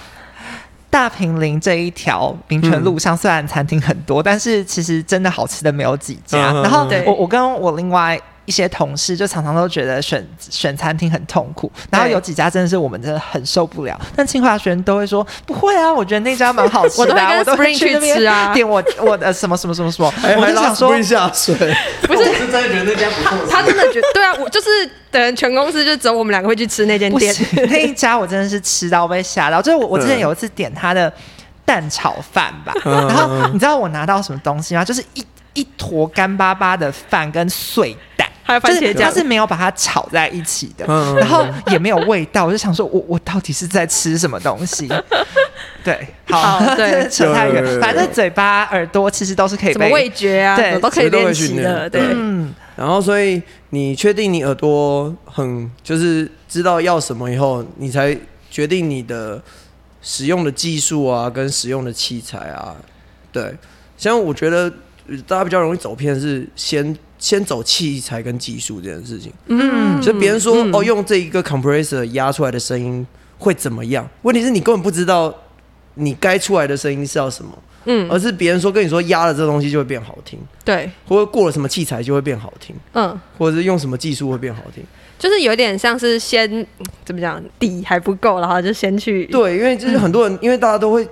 大平林这一条民权路上，虽然餐厅很多，
嗯
但是其实真的好吃的没有几家。
嗯
然后
对
我我跟我另外一些同事就常常都觉得选选餐厅很痛苦，然后
对
有几家真的是我们真的很受不了。但清华学生都会说不会啊，我觉得那家蛮好吃的、啊，
我
我
都
都
会跟
会
Spring
去那边
去吃啊
点我我的什么什么什么什 么，
哎
还
我
哎还
就
拉
想说
Spring 下水，
不
哦
是
我是真的觉得那家不错。
他真的觉得对啊，我就是等人全公司就只有我们两个会去吃那间
不
店，
行， 那一家我真的是吃到被吓到。就是我我之前有一次点他的蛋炒饭吧，
嗯
然后你知道我拿到什么东西吗？就是一一坨干巴巴的饭跟碎蛋。
还有番
就
茄
是
酱
它是没有把它炒在一起的，
嗯
然后也没有味道，我就想说我，我到底是在吃什么东西？ 对，好，
好对
这扯太
有有有
远，
有
反正嘴巴、耳朵其实都是可以
什么
被
味觉啊，
对
什么都可以
其实都会
练
训
习
练
的，对。
嗯，
然后，所以你确定你耳朵很就是知道要什么以后，你才决定你的使用的技术啊，跟使用的器材啊。对，像我觉得呃大家比较容易走偏的是先先走器材跟技术这件事情。嗯，就别人说、哦，用这一个 compressor 压出来的声音会怎么样？问题是你根本不知道你该出来的声音是要什么，
嗯
而是别人说跟你说压了这东西就会变好听，
对，
或者过了什么器材就会变好听。
嗯，
或者是用什么技术会变好听？
就是有点像是先嗯怎么讲底还不够，然后就先去
对，因为就是很
嗯
多人，因为大家都会，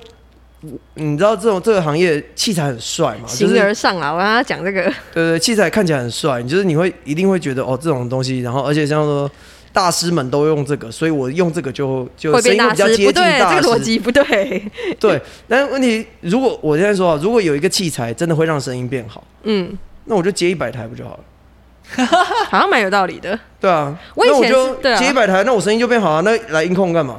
你知道这种这个行业器材很帅嘛，
形
就是
而上啊啦。我刚刚讲这个，
对对，器材看起来很帅，你就是你会一定会觉得哦这种东西，然后而且像说大师们都用这个，所以我用这个就就
会
声
变
音会
大
比较
师，
接
不
近
对，
大
这
师
个逻辑不对。
对。但是问题，如果我现在说啊，如果有一个器材真的会让声音变好，
嗯，
那我就接一百台不就好了？
好像蛮有道理的。
对啊，
我以前
那我
是对
就
啊
接一百台，那我声音就变好啊，那来音控干嘛？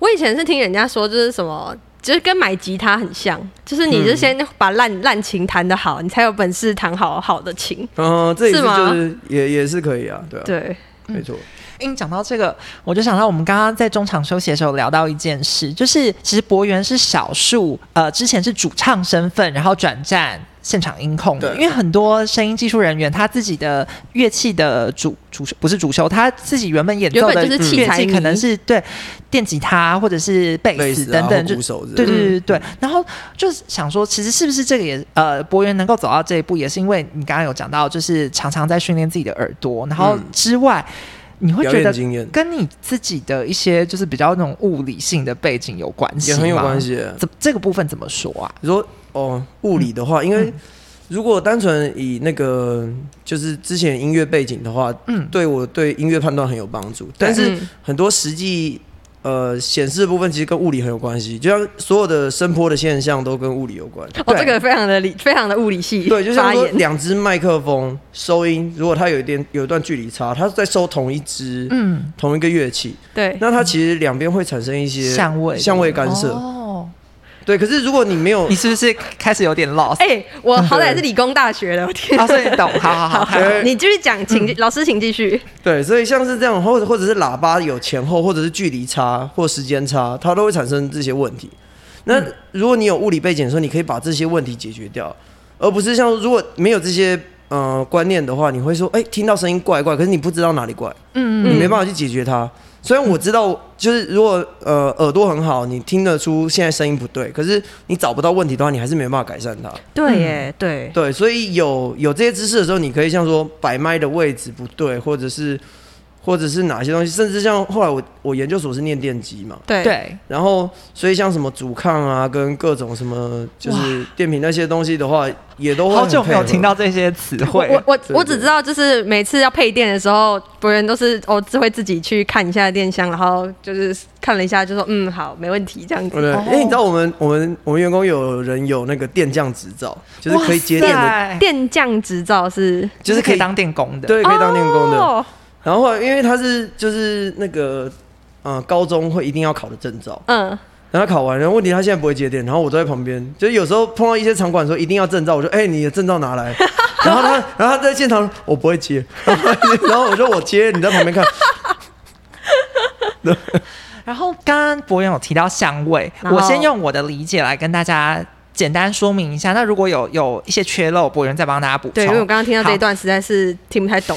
我以前是听人家说，就是什么，就是跟买吉他很像，就是你就先把烂烂琴弹得好，你才有本事弹好好的琴。
嗯，这也是
是吗
就是也也是可以啊，对啊，
对，嗯
没错，
因为讲到这个，我就想到我们刚刚在中场休息的时候聊到一件事，就是其实博源是少数，呃，之前是主唱身份，然后转战。现场音控的，
对
因为很多声音技术人员他自己的乐器的主主不是主修，他自己原本演奏
原
的
本就是器
乐
材
器
迷
可能是对电吉他或者是贝
类
斯
似
等等，就
啊鼓手之类的
对对对对对，然后就是想说，其实是不是这个也呃，博源能够走到这一步，也是因为你刚刚有讲到，就是常常在训练自己的耳朵，然后
嗯
之外，你会
表
觉
演
得
经验
跟你自己的一些就是比较那种物理性的背景有关系，
也很有关。系耶。
怎这个部分怎么说啊？
你说哦，物理的
嗯
话，因为如果单纯以那个就是之前音乐背景的话，
嗯
对我对音乐判断很有帮助。但是
嗯
很多实际呃显示的部分其实跟物理很有关系，就像所有的声波的现象都跟物理有关。
哦，
对
这个非常的理，非常的物理系
对，就像
发
说
言。
两只麦克风收音，如果它有一点有一段距离差，它在收同一支、
嗯，
同一个乐器，
对，
那它其实两边会产生一些
相位
相位干涉。
哦，
对，可是如果你没有
你是不是开始有点 lost？
哎、我好歹是理工大学的，我天。
啊，所以你懂，好好 好，好，
好你继续讲，请老师请继续。
对，所以像是这样，或者或者是喇叭有前后，或者是距离差或时间差，它都会产生这些问题。那如果你有物理背景的时候，你可以把这些问题解决掉，而不是像如果没有这些呃观念的话，你会说，哎、听到声音怪怪，可是你不知道哪里怪，嗯，你没办法去解决它。虽然我知道，就是如果呃耳朵很好，你听得出现在声音不对，可是你找不到问题的话，你还是没办法改善它。
对耶，对，
对，所以有有这些知识的时候，你可以像说摆麦的位置不对，或者是或者是哪些东西，甚至像后来我我研究所是念电机嘛，
对，
对，
然后所以像什么阻抗啊，跟各种什么就是电瓶那些东西的话，也都会
好
很
久没有
配合
听到这些词
我
汇了
我。我
对
我只知道，就是每次要配电的时候，别人都是我只会自己去看一下电箱，然后就是看了一下，就说嗯好，没问题这样
对
子。
对，
哦
因为你知道我们我们我们员工有人有那个电匠执照，就是可以接电
哇
的，
塞
电匠执照是
就是可
可
以
以
当电工的，
对，可以当电工的。
哦
然后后来因为他是就是那个呃高中会一定要考的证照，
嗯，
然后他考完，然后问题他现在不会接电，然后我都在旁边，就是有时候碰到一些场馆说一定要证照，我说哎、你的证照拿来， 然后他然后他在现场我不会接，然后然后我说我接，你在旁边看，
然后刚刚博远有提到香味，
然后
我先用我的理解来跟大家简单说明一下。那如果有有一些缺漏，博源再帮大家补充。
对，因为我刚刚听到这一
好
段实在是听不太懂。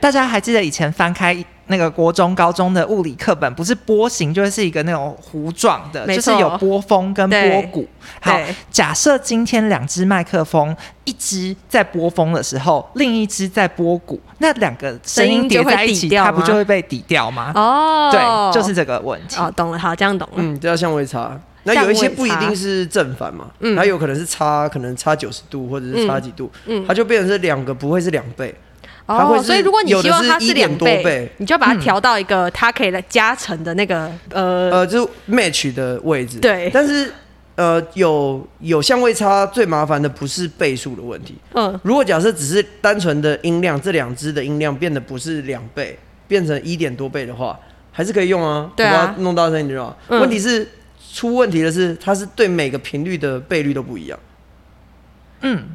大家还记得以前翻开那个国中、高中的物理课本，不是波形就是一个那种弧状的，
没
就
错
是有波峰跟波谷。好
对对，
假设今天两只麦克风，一只在波峰的时候，另一只在波谷，那两个声
声
音
音就
叠
会
在一起，
抵掉
它
吗
不就会被抵掉吗？
哦，
对，就是这个问题。
哦，懂了，好，这样懂了。
嗯，这叫相位差。那
相
有一些
位
不一
差
定是正反嘛，它有可能是差，可能差九十度或者是差几度，它就变成是两个不会是两倍，它会
哦，
是
所以如果你
有的
希望
是
它
一点
两
多倍嗯
你就把它调到一个它可以来加成的那个呃，
呃，就是 match 的位置。
对
但是呃，有有相位差最麻烦的不是倍数的问题，
嗯，
如果假设只是单纯的音量，这两只的音量变得不是两倍，变成一点多倍的话，还是可以用啊，
对啊
你把它弄大声一点就好。
嗯
哦问题是出问题的是，它是对每个频率的倍率都不一样。
嗯，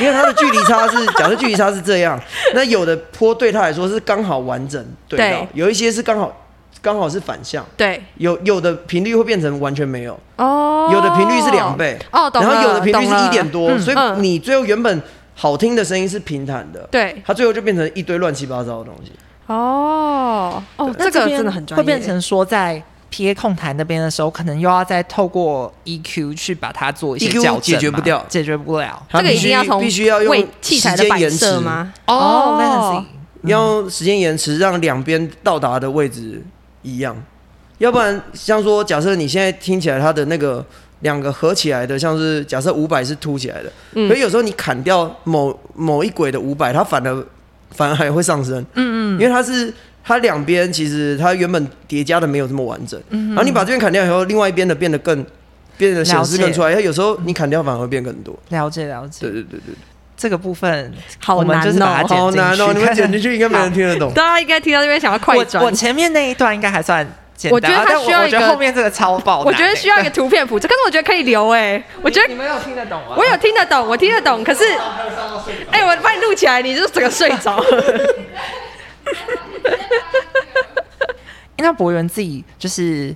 因为它的距离差 是，假设距离差是这样，那有的坡对它来说是刚好完整对到，
对
有一些是刚好刚好是反向，
对，
有有的频率会变成完全没有，
哦，
有的频率是两倍，
哦，懂
然
了，
后有的频率
懂
是
了
一点，多，
嗯
所以
嗯
你最后原本好听的声音是平坦的，
对，
它最后就变成一堆乱七八糟的东西。
哦，哦，
那
这个
边
真的很专业，
会变成说在。PA 控台那边的时候，可能又要再透过 EQ 去把它做一些
EQ
矫正嘛，
解决不掉
E 解决不了。
这
它
个
必
一
须
定要从
必须要用
为器材的
时间
摆
延
设
迟
吗？
哦 l e n s
要时间延迟，让两边到达的位置一样。要不然，像说，假设你现在听起来它的那个两个合起来的，像是假设五百是凸起来的，
嗯
可有时候你砍掉某某一轨的五百，它反而反而还会上升。嗯嗯，因为它是它两边其实它原本叠加的没有这么完整，
嗯
然后你把这边砍掉以后，另外一边的变得更变得显示更出来，它有时候你砍掉反而会变更多。
了解了解。
对对对对，
这个部分
好
我们就是
难哦
把它剪
好
进去
难哦，你们剪进去应该没人听得 懂。
大家应该听到这边想要快
我我
转。
前面那一段应该还算简单，
我觉得它
啊但我
需要
我觉
一
得
个
后面这个超爆难
我
欸
觉得需要一个图片辅助，可是我觉得可以留哎、我觉得
你们有听得懂吗？
我有听得懂，我听得懂，可是，哎、我把你录起来，你就整个睡着 了。
那博源自己就是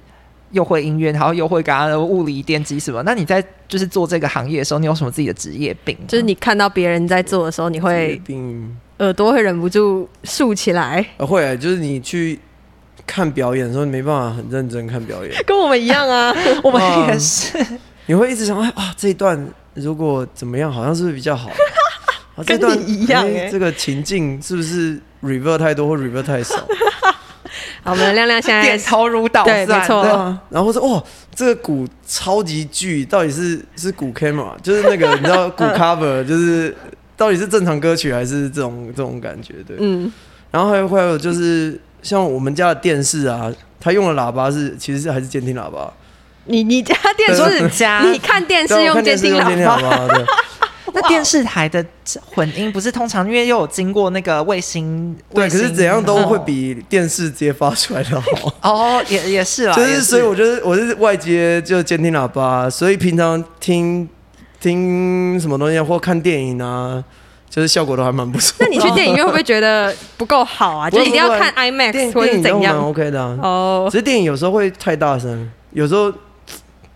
又会音乐，然后又会刚刚的物理、电机什么。那你在就是做这个行业的时候，你有什么自己的职业病吗？
就是你看到别人在做的时候，你会
并
耳朵会忍不住竖起来，
呃，会，就是你去看表演的时候，你没办法很认真看表演，
跟我们一样 啊。
哦
我们也是，
你会一直想，哎啊，这一段如果怎么样，好像是不是比较好？啊，这
跟
段
你一样
哎
哎
这个情境是不是 revert 太多或 revert 太少？
好，我们亮亮现在
点头如捣蒜。
对没错
对啊，然后说哦，这个鼓超级巨，到底是是鼓 camera，就是那个你 知道鼓
嗯
cover，就是到底是正常歌曲还是这种这种感觉？对，
嗯，
然后还有还有就是像我们家的电视啊，它用的喇叭是其实是还是监听喇叭，
你你家电
对
视
我家
你看电视
对我
用
看
监
电视
听
用
喇
监听
叭，
喇叭，对，
那电视台的混音不是通常因为又有经过那个卫星，
对，
卫
可
星嗯
是怎样都会比电视直接发出来的好。
哦，也也是啦，
就
也
是，所以我觉得我是外接就监听喇叭，所以平常听听什么东西啊或看电影啊，就是效果都还蛮不错。
那你去电影院会不会觉得不够好 啊？就一定要看
电
IMAX 或者
电
是
影都
怎
蛮
样？
OK 的啊。
哦
只，是电影有时候会太大声，有时候嘖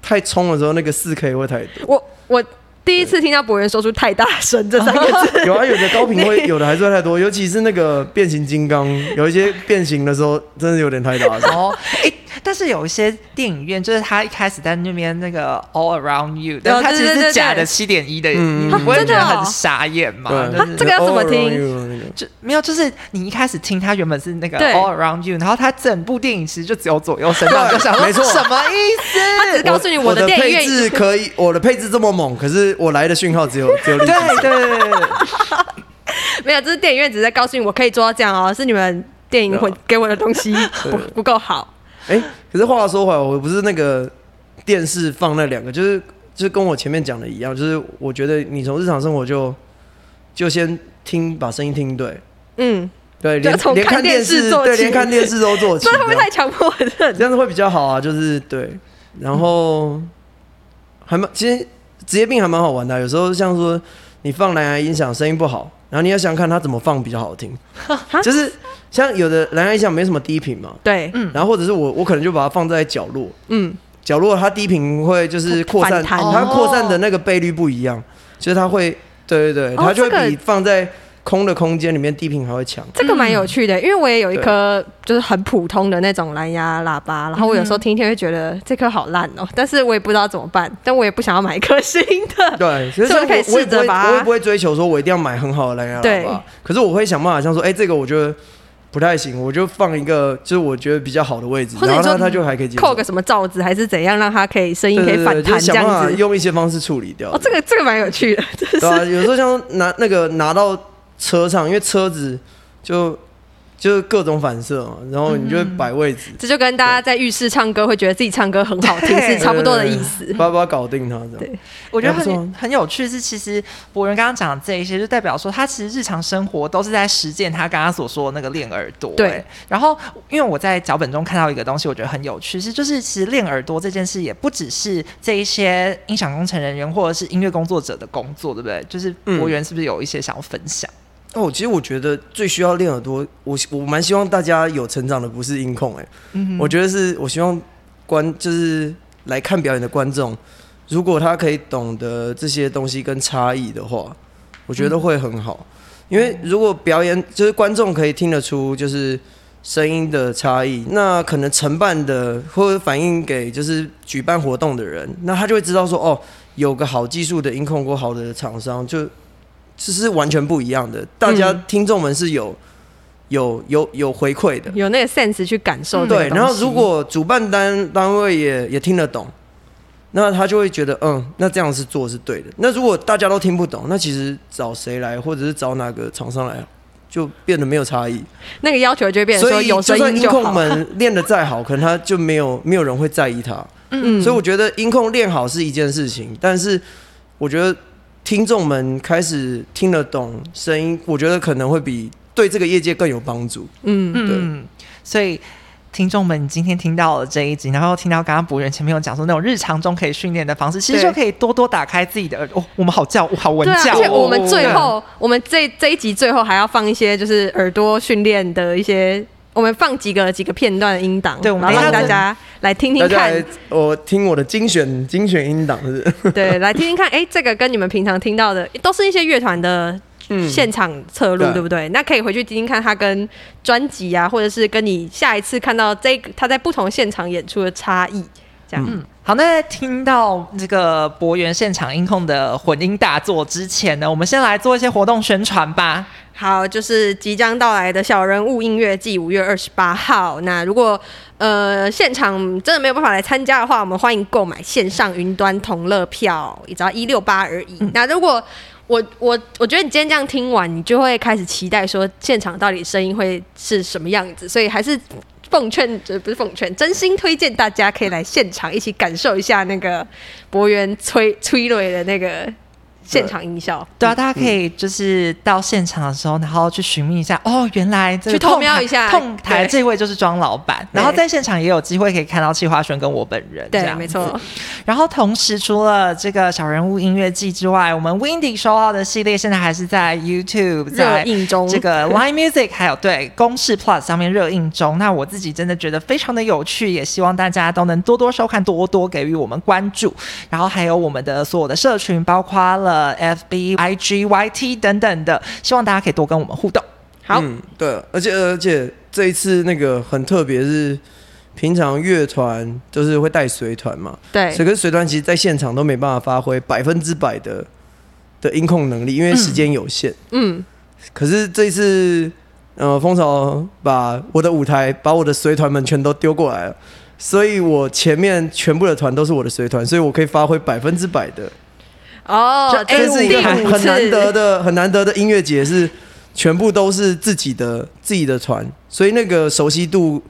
太冲的时候，那个四 K 会太多。
我我第一次听到博源说出“太大声”这三个字，
有啊，有的高 频会，有的还是会太多，尤其是那个变形金刚，有一些变形的时候，真的有点太大声。
哦，哎、但是有一些电影院，就是他一开始在那边那个 All Around You，但是他
哦对
其实
对
是
对
假
对
的七点一的，你
嗯
不会
啊
觉
真
得
的哦
很傻眼吗？
对，
就是
啊这个要怎么
哦
听
All around you 那个
就没有，就是你一开始听他原本是那个
对
All Around You，然后他整部电影其实就只有左右声道，你就想说
没错
什么意
他只
思？
是告诉你
我
的电影
配
院
置可以，我的配置这么猛，可是我来的讯号只有 只有立
对
体
对对对对，
没有，这是电影院只是在告诉你我可以做到这样哦，是你们电影混
对啊
给我的东 西不不够好。
哎、可是话说回来，我不是那个电视放那两个，就是就是跟我前面讲的一样，就是我觉得你从日常生活就就先听，把声音听对，
嗯，
对，
就
连
从
连
看
看电
电视
视，
做
对，
起
连看电视都做起，
所以会 不会
这样
太强迫症？
这样子会比较好啊，就是对，然后还蛮其实职业病还蛮好玩的啊、有时候像说你放蓝牙音响声音不好，然后你要想看它怎么放比较 好听，就是像有的蓝牙音响没什么低频嘛，
对，
嗯然后或者是我我可能就把它放在角落，
嗯，
角落它低频会就是扩散，
反弹
它扩散的那个倍率不一样，就是它会，对对对，
哦
它就
这个
会比放在空的空间里面低频还会强。
这个蛮有趣的，因为我也有一颗就是很普通的那种蓝牙喇叭，然后我有时候听一听会觉得这颗好烂哦，但是我也不知道怎么办，但我也不想要买一颗新的。
对，其实
所以
我
我可以
我也
试
不
着
会，
把它
我也不会追求说我一定要买很好的蓝牙喇
对
叭，可是我会想办法，像说，哎、这个我觉得不太行，我就放一个就是我觉得比较好的位置，
或者
然后
你
它
说
它就还可以接受
扣个什么罩子还是怎样，让它可以声音
对
可
对
以
对
反
就
弹
是
这
想
样
办法
子。
用一些方式处理掉。
哦，这个这个蛮有趣的，这是
对啊，有时候像拿那个拿到车上，因为车子就就是各种反射嘛，然后你就会
嗯
摆位置，
这就跟大家在浴室唱歌会觉得自己唱歌很好听
对
是差不多的意思
对对。对把把它搞定它这样
对。
我觉得
还不错
很很有趣，是其实博仁刚刚讲的这一些，就代表说他其实日常生活都是在实践他刚刚所说的那个练耳朵。
对
欸，然后因为我在脚本中看到一个东西，我觉得很有趣，是就是其实练耳朵这件事也不只是这一些音响工程人员或者是音乐工作者的工作，对不对？就是
嗯
博仁是不是有一些想要分享？
哦，其实我觉得最需要练耳朵，我我蛮希望大家有成长的，不是音控哎、我觉得是我希望观就是来看表演的观众，如果他可以懂得这些东西跟差异的话，我觉得会很好。因为如果表演就是观众可以听得出就是声音的差异，那可能承办的或者反映给就是举办活动的人，那他就会知道说哦，有个好技术的音控或好的厂商就这是完全不一样的。大家听众们是有、有有有回馈的，
有那个 sense 去感受这个
对。
东
然后
西
如果主办单单位也也听得懂，那他就会觉得嗯，那这样是做是对的。那如果大家都听不懂，那其实找谁来，或者是找哪个厂商来，就变得没有差异。
那个要求就会变成
所
说
以
有
就
声
算
音
音
就
控
好。
们 练得再好，可能他就没有没有人会在意他。
嗯
所以我觉得音控练好是一件事情，但是我觉得听众们开始听得懂声音，我觉得可能会比对这个业界更有帮助。
嗯，
嗯，所以。听众们，你今天听到了这一集，然后听到刚刚博仁前面有讲说那种日常中可以训练的方式，其实
对
就可以多多打开自己的耳朵。哦、我们好叫，好文
对啊，
教、
而
哦。
且我们最
对
后，我们这这一集最后还要放一些就是耳朵训练的一些，我们放几个几个片段的音档，
对我
然
们
后让
等
大
一下
家来听听
大家来
看，，
我听我的精选精选音档是不是
对，来听听看，哎，这个跟你们平常听到的都是一些乐团的。现场侧录
嗯对
对不对？那可以回去听听看，它跟专辑啊，或者是跟你下一次看到这个他在不同现场演出的差异，这样。
好，那听到这个博源现场音控的混音大作之前呢，我们先来做一些活动宣传吧。
好，就是即将到来的小人物音乐季，五月二十八号。那如果呃现场真的没有办法来参加的话，我们欢迎购买线上云端同乐票，也只要一六八而已。
嗯
那如果我我我觉得你今天这样听完，你就会开始期待说现场到底声音会是什么样子，所以还是。奉劝呃不是奉劝，真心推荐大家可以来现场一起感受一下那个博源催催泪的那个现场音效。
对啊，大家可以就是到现场的时候，然后去寻觅一下，哦，原来这
去
个
偷
痛
瞄
台
一下
痛台
对
这位就是庄老板，
对
然后在现场也有机会可以看到戚花轩跟我本人，这
对，
样
没错。
然后同时，除了这个小人物音乐季之外，我们 Windy 收到的系列现在还是在 YouTube 在
热映中
这 个 Line Music 还有对公式 Plus 上面热映中。那我自己真的觉得非常的有趣，也希望大家都能多多收看，多多给予我们关注。然后还有我们的所有的社群，包括了 FB、IG、YT 等等的，希望大家可以多跟我们互动。
好，
嗯，对，而且而且这一次那个很特别是。平常乐团就是会带随团嘛，
对
所以跟随团其实在现场都没办法发挥百分之百的的音控能力，因为时间有限。
嗯，
可是这一次，呃，蜂巢把我的舞台，把我的随团们全都丢过来了，所以我前面全部的团都是我的随团，所以我可以发挥百分之百的。
哦，
这是一
第
个很
五
很难得
次，
的、很难得的音乐节，是全部都是自己的自己的团，所以那个熟悉度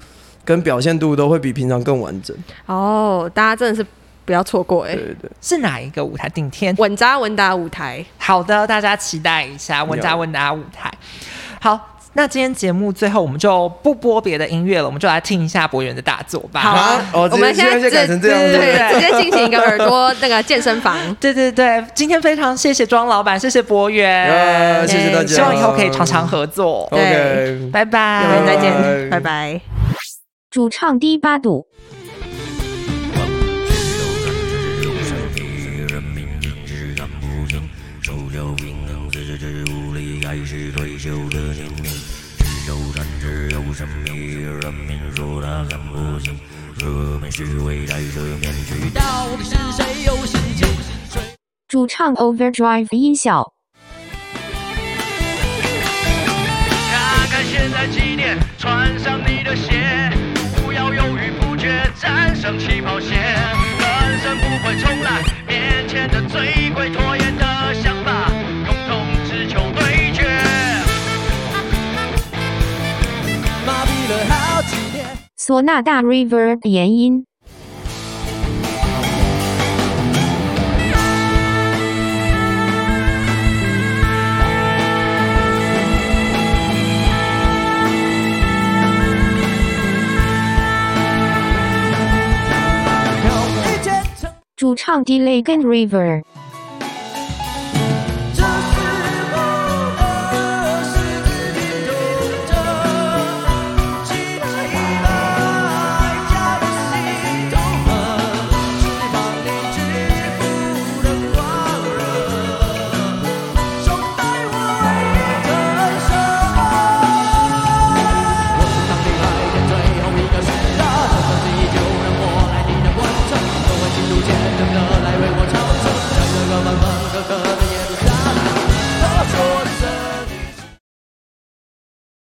跟表现度都会比平常更完整。
哦，大家真的是不要错过哎、
对对对，
是哪一个舞台？顶天
稳扎稳打舞台，
好的，大家期待一下文达文达舞台。好，那今天节目最后我们就不播别的音乐了，我们就来听一下博元的大作吧。
好啊
啊哦
我们
直接
现在
现在改
直
成这样
对
子
对对，
对
直接进行一个耳朵那个健身 房。
对对对，今天非常谢谢庄老板，谢谢博
啊
元，
谢谢大家
希望以后可以常常合作。
对
OK，
拜拜，
我们再见，
拜
拜拜。
主唱低八度。
One, two,
该是退休的年龄。只有战只有生命，人民说他很不幸，革命是为戴着面具。到底是谁有心情？
主唱 Overdrive 音效。
看看现在几点，穿上你的鞋，不要犹豫不决，站上起跑线。人生不会重来，面前的最贵拖延的想法，共同只求对决。
麻痹了好几年。
唢呐大 Reverb 延音。主唱 Delay 跟 Reverb。